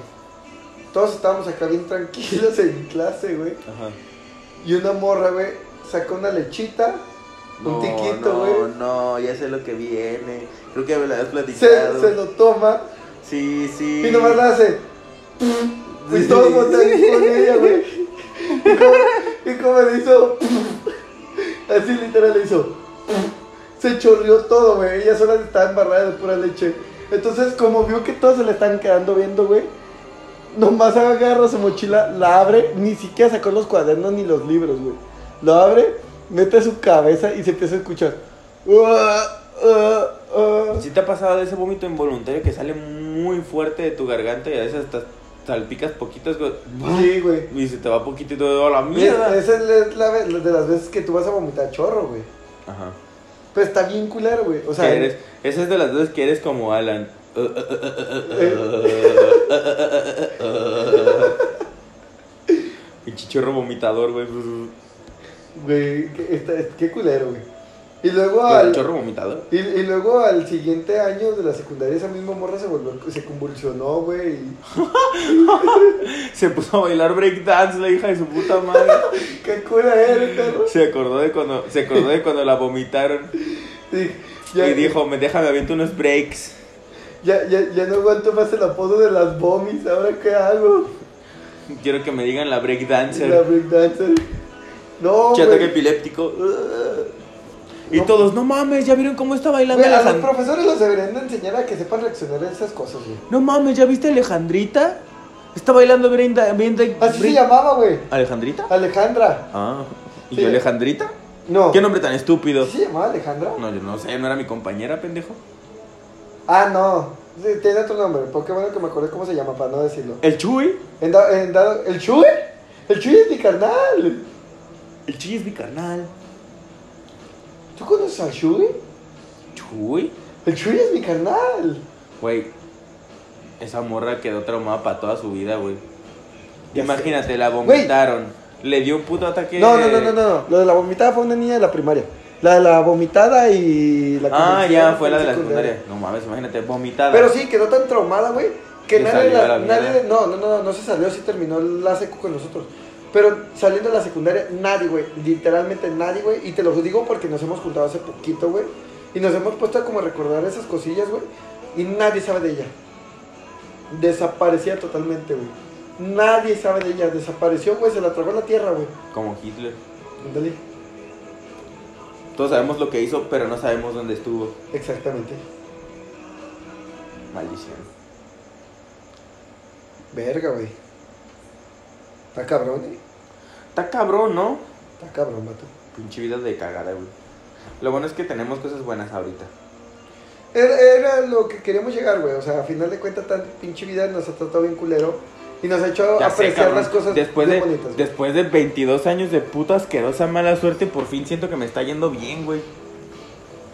B: Todos estábamos acá bien tranquilos (laughs) en clase, güey.
A: Ajá.
B: Y una morra, güey, sacó una lechita, un tiquito, güey.
A: No, no, ya sé lo que viene. Creo que me la has platicado.
B: se, se lo toma
A: Sí, sí.
B: y nomás la hace. Y
A: Sí.
B: todos voltean con ella, güey. Y como- Y como le hizo. Así literal le hizo. Se chorrió todo, güey. Ella sola estaba embarrada de pura leche. Entonces, como vio que todos se le están quedando viendo, güey. Nomás agarra su mochila, la abre, ni siquiera sacó los cuadernos ni los libros, güey. Lo abre, mete su cabeza y se empieza a escuchar. "Uah, uah, uah".
A: ¿Sí te ha pasado de ese vómito involuntario que sale muy fuerte de tu garganta y a veces hasta salpicas poquitas go-
B: Sí, güey.
A: y se te va poquito y todo a la
B: Mira,
A: mierda?
B: esa es la- es la, ve- de las veces que tú vas a vomitar chorro, güey.
A: Ajá.
B: Pero está bien culero, güey. O
A: O
B: sea,
A: sea, eres, esa es de las veces que eres como Alan. Un chichorro vomitador, güey.
B: güey, que está- es- qué culero, güey. Y luego
A: ¿Un
B: al
A: chorro vomitador?
B: y, y luego al siguiente año de la secundaria esa misma morra se volvió se convulsionó, güey. y- (laughs)
A: Se puso a bailar breakdance la hija de su puta madre.
B: Qué cura eres, perro.
A: Se acordó de cuando, se acordó de cuando la vomitaron
B: Y,
A: y dijo, me déjame aviento unos breaks.
B: Ya, ya, ya no aguanto más el apodo de las bomis, ahora qué hago.
A: Quiero que me digan la
B: La
A: breakdancer.
B: breakdancer. No,
A: Che, ataque
B: güey.
A: epiléptico. Uh. Y
B: No.
A: todos, Pues no mames, ya vieron cómo está bailando
B: Güey, a los
A: Alejandrita.
B: profesores los deberían de enseñar a que sepan reaccionar a esas cosas, güey.
A: No mames, ¿ya viste a Alejandrita? Está bailando Brenda. Brenda
B: Así se
A: Brin-
B: llamaba, güey.
A: ¿Alejandrita?
B: Alejandra.
A: Ah. ¿Y
B: Sí.
A: yo Alejandrita?
B: No.
A: ¿Qué nombre tan estúpido?
B: ¿Sí se llamaba Alejandra?
A: No, yo no sé, no era mi compañera, pendejo.
B: Ah, no. Sí, tiene otro nombre. Porque bueno que me acordé cómo se llama para no decirlo.
A: ¿El Chuy?
B: En da- en dado- ¿El Chuy? El Chuy es mi carnal.
A: El Chuy es mi carnal.
B: ¿Tú conoces al Chuy?
A: ¿Chuy?
B: El Chuy es mi carnal.
A: Güey, esa morra quedó traumada para toda su vida, güey.
B: Ya
A: Imagínate, la vomitaron. Le dio un puto ataque. Ah,
B: No, no, no, no, no, no. Lo de la vomitada fue una niña de la primaria. La de la vomitada y la
A: Ah,
B: convulsión
A: ya, fue la de la secundaria. No mames, imagínate, vomitada.
B: Pero sí, quedó tan traumada, güey, que
A: Que
B: nadie,
A: salió
B: la-
A: a la mierda.
B: nadie- no, no, no, no se salió, sí terminó la secu con nosotros. Pero saliendo de la secundaria, nadie, güey, literalmente nadie, güey, y te lo digo porque nos hemos juntado hace poquito, güey, y nos hemos puesto a como recordar esas cosillas, güey, y nadie sabe de ella. Desaparecía totalmente, güey. Nadie sabe de ella, desapareció, güey, se la tragó la tierra, güey.
A: Como Hitler.
B: Ándale.
A: Todos sabemos lo que hizo, pero no sabemos dónde estuvo.
B: Exactamente.
A: Maldición.
B: Verga, güey. Está cabrón, eh.
A: Está cabrón, ¿no?
B: Está cabrón, vato.
A: Pinche vida de cagada, güey. Lo bueno es que tenemos cosas buenas ahorita.
B: Era, era lo que queríamos llegar, güey. O sea, a final de cuentas, tan pinche vida nos ha tratado bien culero. Y nos ha hecho
A: Ya sé,
B: apreciar
A: cabrón.
B: las cosas
A: después
B: bien
A: de,
B: bonitas. güey.
A: Después de 22 años de puta asquerosa mala suerte, por fin siento que me está yendo bien, güey.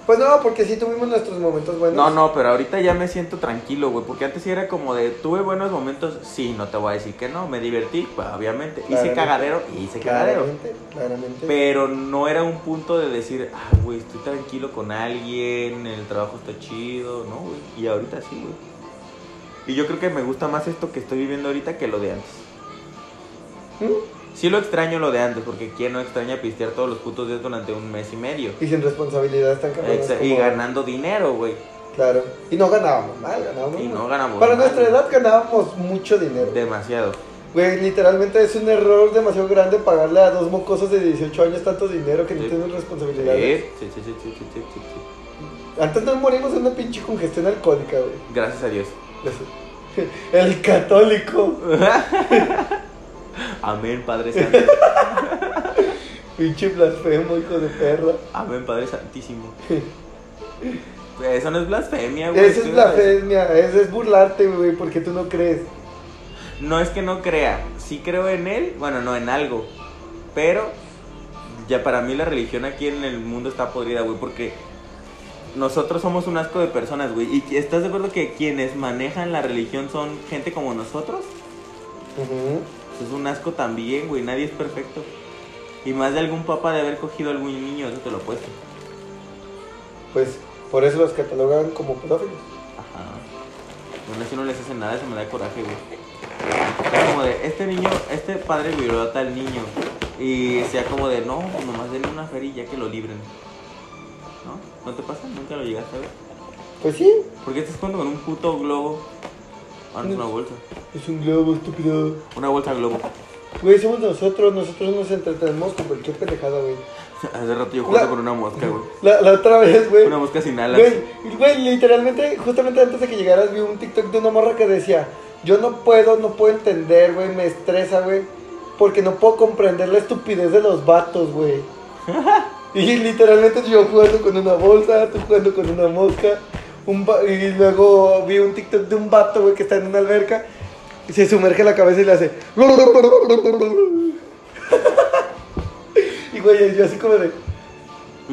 B: Pues no, porque sí tuvimos nuestros momentos buenos.
A: No, no, pero ahorita ya me siento tranquilo, güey. Porque antes sí era como de, tuve buenos momentos, sí, no te voy a decir que no, me divertí, pues, obviamente. Hice
B: Claramente.
A: cagadero, hice cagadero.
B: Claramente, claramente.
A: Pero no era un punto de decir, ah, güey, estoy tranquilo con alguien, el trabajo está chido, ¿no, güey? Y ahorita sí, güey. Y yo creo que me gusta más esto que estoy viviendo ahorita que lo de antes.
B: ¿Mm?
A: Sí lo extraño lo de antes, porque quién no extraña pistear todos los putos días durante un mes y medio.
B: Y sin responsabilidades tan cabronas.
A: Exa- y
B: como-
A: ganando dinero, güey.
B: Claro. Y no ganábamos mal, ganábamos.
A: Y no
B: mal.
A: ganamos.
B: Para
A: nada.
B: nuestra edad ganábamos mucho dinero.
A: Demasiado.
B: Güey, literalmente es un error demasiado grande pagarle a dos mocosos de 18 años tanto dinero que no
A: Sí.
B: tienen
A: Sí,
B: responsabilidades.
A: sí, sí, sí, sí, sí, sí, sí.
B: Antes no morimos de una pinche congestión alcohólica, güey.
A: Gracias a Dios. (laughs)
B: Eso. El católico.
A: Amén, Padre Santo.
B: Pinche blasfemo, hijo de perra.
A: Amén, Padre Santísimo. Eso no es blasfemia, Ah, güey.
B: Esa
A: Tú
B: es
A: no
B: blasfemia, ese es burlarte, güey, porque tú no crees.
A: sabes. No es que no crea. Sí creo en él, bueno, no en algo. Pero ya para mí la religión aquí en el mundo está podrida, güey, porque nosotros somos un asco de personas, güey. ¿Y estás de acuerdo que quienes manejan la religión son gente como nosotros? Eso Es un asco también, güey. Nadie es perfecto. Y más de algún papá de haber cogido algún niño, eso te lo apuesto.
B: Pues por eso los catalogan como pedófilos.
A: Ajá. Bueno, si no les hacen nada, eso me da coraje, güey. Es como de, este niño, este padre violó a tal niño. Y sea como de, no, nomás denle una feria y ya que lo libren. ¿No? ¿No te pasa? Nunca lo llegaste a ver.
B: Pues sí,
A: ¿Por qué estás jugando con un puto globo? Ah, no, es una bolsa.
B: es un globo estúpido.
A: Una bolsa globo. (laughs)
B: Güey, somos nosotros, nosotros nos entretenemos con cualquier pendejada, güey.
A: Hace rato yo jugando
B: La-
A: con una mosca, güey.
B: La, la otra vez, güey.
A: Una mosca sin alas.
B: Güey, güey, literalmente, justamente antes de que llegaras, vi un TikTok de una morra que decía: Yo no puedo, no puedo entender, güey, me estresa, güey, porque no puedo comprender la estupidez de los
A: (laughs)
B: vatos, güey. y literalmente yo jugando con una bolsa, tú jugando con una mosca. Un va- y luego vi un TikTok de un vato, güey, que está en una alberca. y Se sumerge la cabeza y le hace. (laughs) y güey, yo así como de. Sí,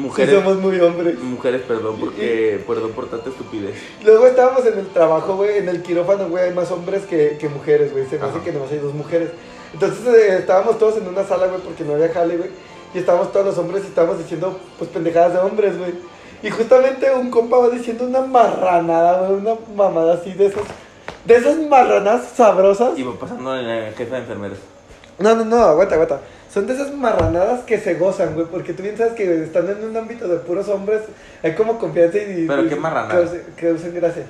A: Mujeres.
B: somos muy hombres.
A: Mujeres, perdón, porque perdón por tanta estupidez.
B: Luego estábamos en el trabajo, güey, en el quirófano, güey, hay más hombres que, que mujeres, güey. Se me hace
A: Ajá.
B: que nomás hay dos mujeres. Entonces eh, estábamos todos en una sala, güey, porque no había jale, güey. Y estábamos todos los hombres y estábamos diciendo, pues, pendejadas de hombres, güey. Y justamente un compa va diciendo una marranada, güey, una mamada así de esas, de esas marranadas sabrosas.
A: Y va pasando la jefa de enfermeros.
B: No, no, no, aguanta, aguanta. Son de esas marranadas que se gozan, güey, porque tú bien sabes que estando en un ámbito de puros hombres, hay como confianza y...
A: Pero
B: y-
A: qué marranada.
B: cause- Que usen gracia.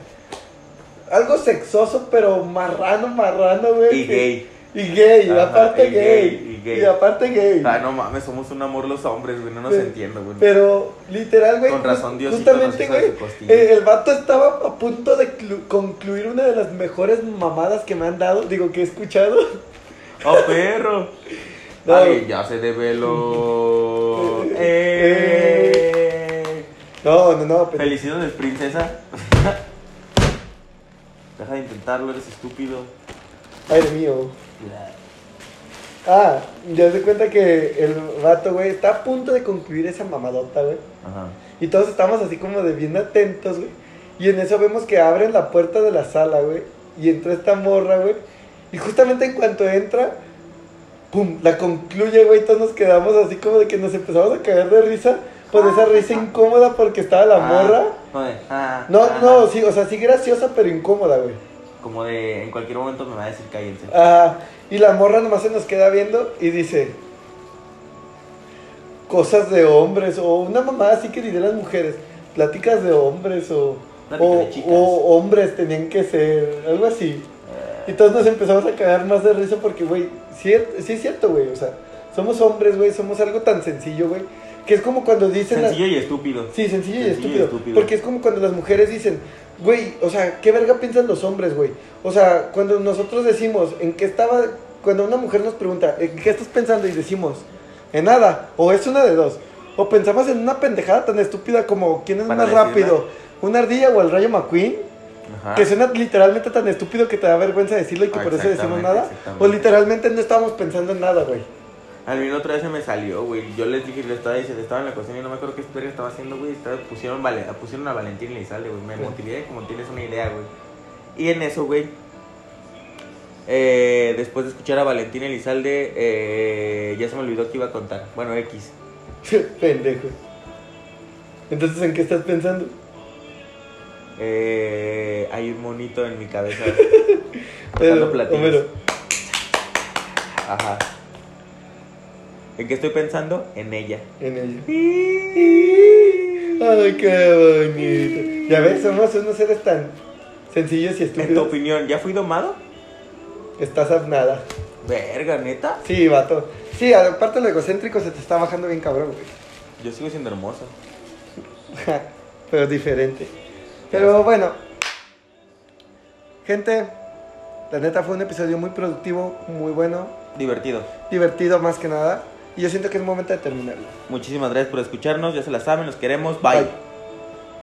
B: Algo sexoso, pero marrano, marrano, güey.
A: Y
B: que-
A: gay.
B: Y gay,
A: Ajá,
B: aparte
A: y
B: gay,
A: gay, y gay.
B: aparte gay.
A: Ah, no mames, somos un amor los hombres, güey. No nos
B: Pero-
A: entiendo, güey.
B: Pero, literal, güey.
A: Con razón,
B: ju-
A: Diosito nos
B: Justamente,
A: hizo de
B: güey.
A: su costilla.
B: eh, el vato estaba a punto de clu- concluir una de las mejores mamadas que me han dado, digo, que he escuchado. (laughs)
A: ¡Oh, perro!
B: No.
A: Ay, ya se develó.
B: (laughs)
A: ¡Eh!
B: No, no, no, pero-
A: Felicidades, princesa. (laughs) Deja de intentarlo, eres estúpido.
B: Padre mío. Ah, ya se cuenta que el vato, güey, está a punto de concluir esa mamadota, güey.
A: Ajá.
B: Y todos estamos así como de bien atentos, güey. Y en eso vemos que abren la puerta de la sala, güey. Y entra esta morra, güey. Y justamente en cuanto entra, ¡pum! La concluye, güey. Todos nos quedamos así como de que nos empezamos a caer de risa. Por esa risa incómoda porque estaba la
A: Ah,
B: morra.
A: como de, ah,
B: No,
A: ah,
B: no, sí, o sea, sí graciosa, pero incómoda, güey.
A: Como de, en cualquier momento me va a decir cállense.
B: Ah, y la morra nomás se nos queda viendo y dice cosas de hombres o una mamá así que diré las mujeres, pláticas de hombres o,
A: Plática
B: o,
A: de chicas.
B: o hombres tenían que ser, algo así.
A: Ah.
B: Y todos nos empezamos a cagar más de risa porque, güey, cier- sí es cierto, güey, o sea, somos hombres, güey, somos algo tan sencillo, güey, que es como cuando dicen... las-
A: Sencillo y estúpido.
B: Sí, sencillo, y,
A: Sencillo y
B: estúpido,
A: estúpido.
B: Porque es como cuando las mujeres dicen, güey, o sea, ¿qué verga piensan los hombres, güey? O sea, cuando nosotros decimos, ¿en qué estaba? Cuando una mujer nos pregunta, ¿en qué estás pensando? Y decimos, en nada, o es una de dos. O pensamos en una pendejada tan estúpida como, ¿quién es
A: Para
B: más
A: decirla. Ah.
B: rápido? ¿Una ardilla o el rayo McQueen?
A: Ajá.
B: Que suena literalmente tan estúpido que te da vergüenza decirlo y que
A: Ah,
B: por eso decimos
A: exactamente,
B: nada.
A: exactamente.
B: O literalmente no estábamos pensando en nada, güey.
A: Al mí la otra vez se me salió, güey. Yo les dije, les estaba diciendo, estaba en la cocina y no me acuerdo qué historia estaba haciendo, güey. Estaba- Pusieron, vale, pusieron a Valentín Elizalde, güey. Me
B: Sí.
A: motivé como tienes una idea, güey. Y en eso, güey. eh, después de escuchar a Valentín Elizalde, eh, ya se me olvidó que iba a contar. Bueno, X.
B: Pendejo. Entonces, ¿en qué estás pensando?
A: Eh, hay un monito en mi cabeza.
B: Pero,
A: Tocando platillos.
B: Homero.
A: Ajá. ¿En qué estoy pensando? En ella.
B: En ella. Ay, qué bonito. Ya ves, somos unos seres tan sencillos y
A: En tu
B: estúpidos.
A: opinión, ¿ya fui domado?
B: Estás afnada.
A: Verga, neta.
B: Sí, vato. Sí, aparte lo egocéntrico se te está bajando bien cabrón, güey.
A: Yo sigo siendo hermosa.
B: pero es diferente. Pero bueno, gente, la neta fue un episodio muy productivo, muy bueno,
A: Divertido.
B: divertido más que nada. Y yo siento que es momento de terminarlo.
A: Muchísimas gracias por escucharnos. Ya se la saben, los queremos. Bye.
B: Bye.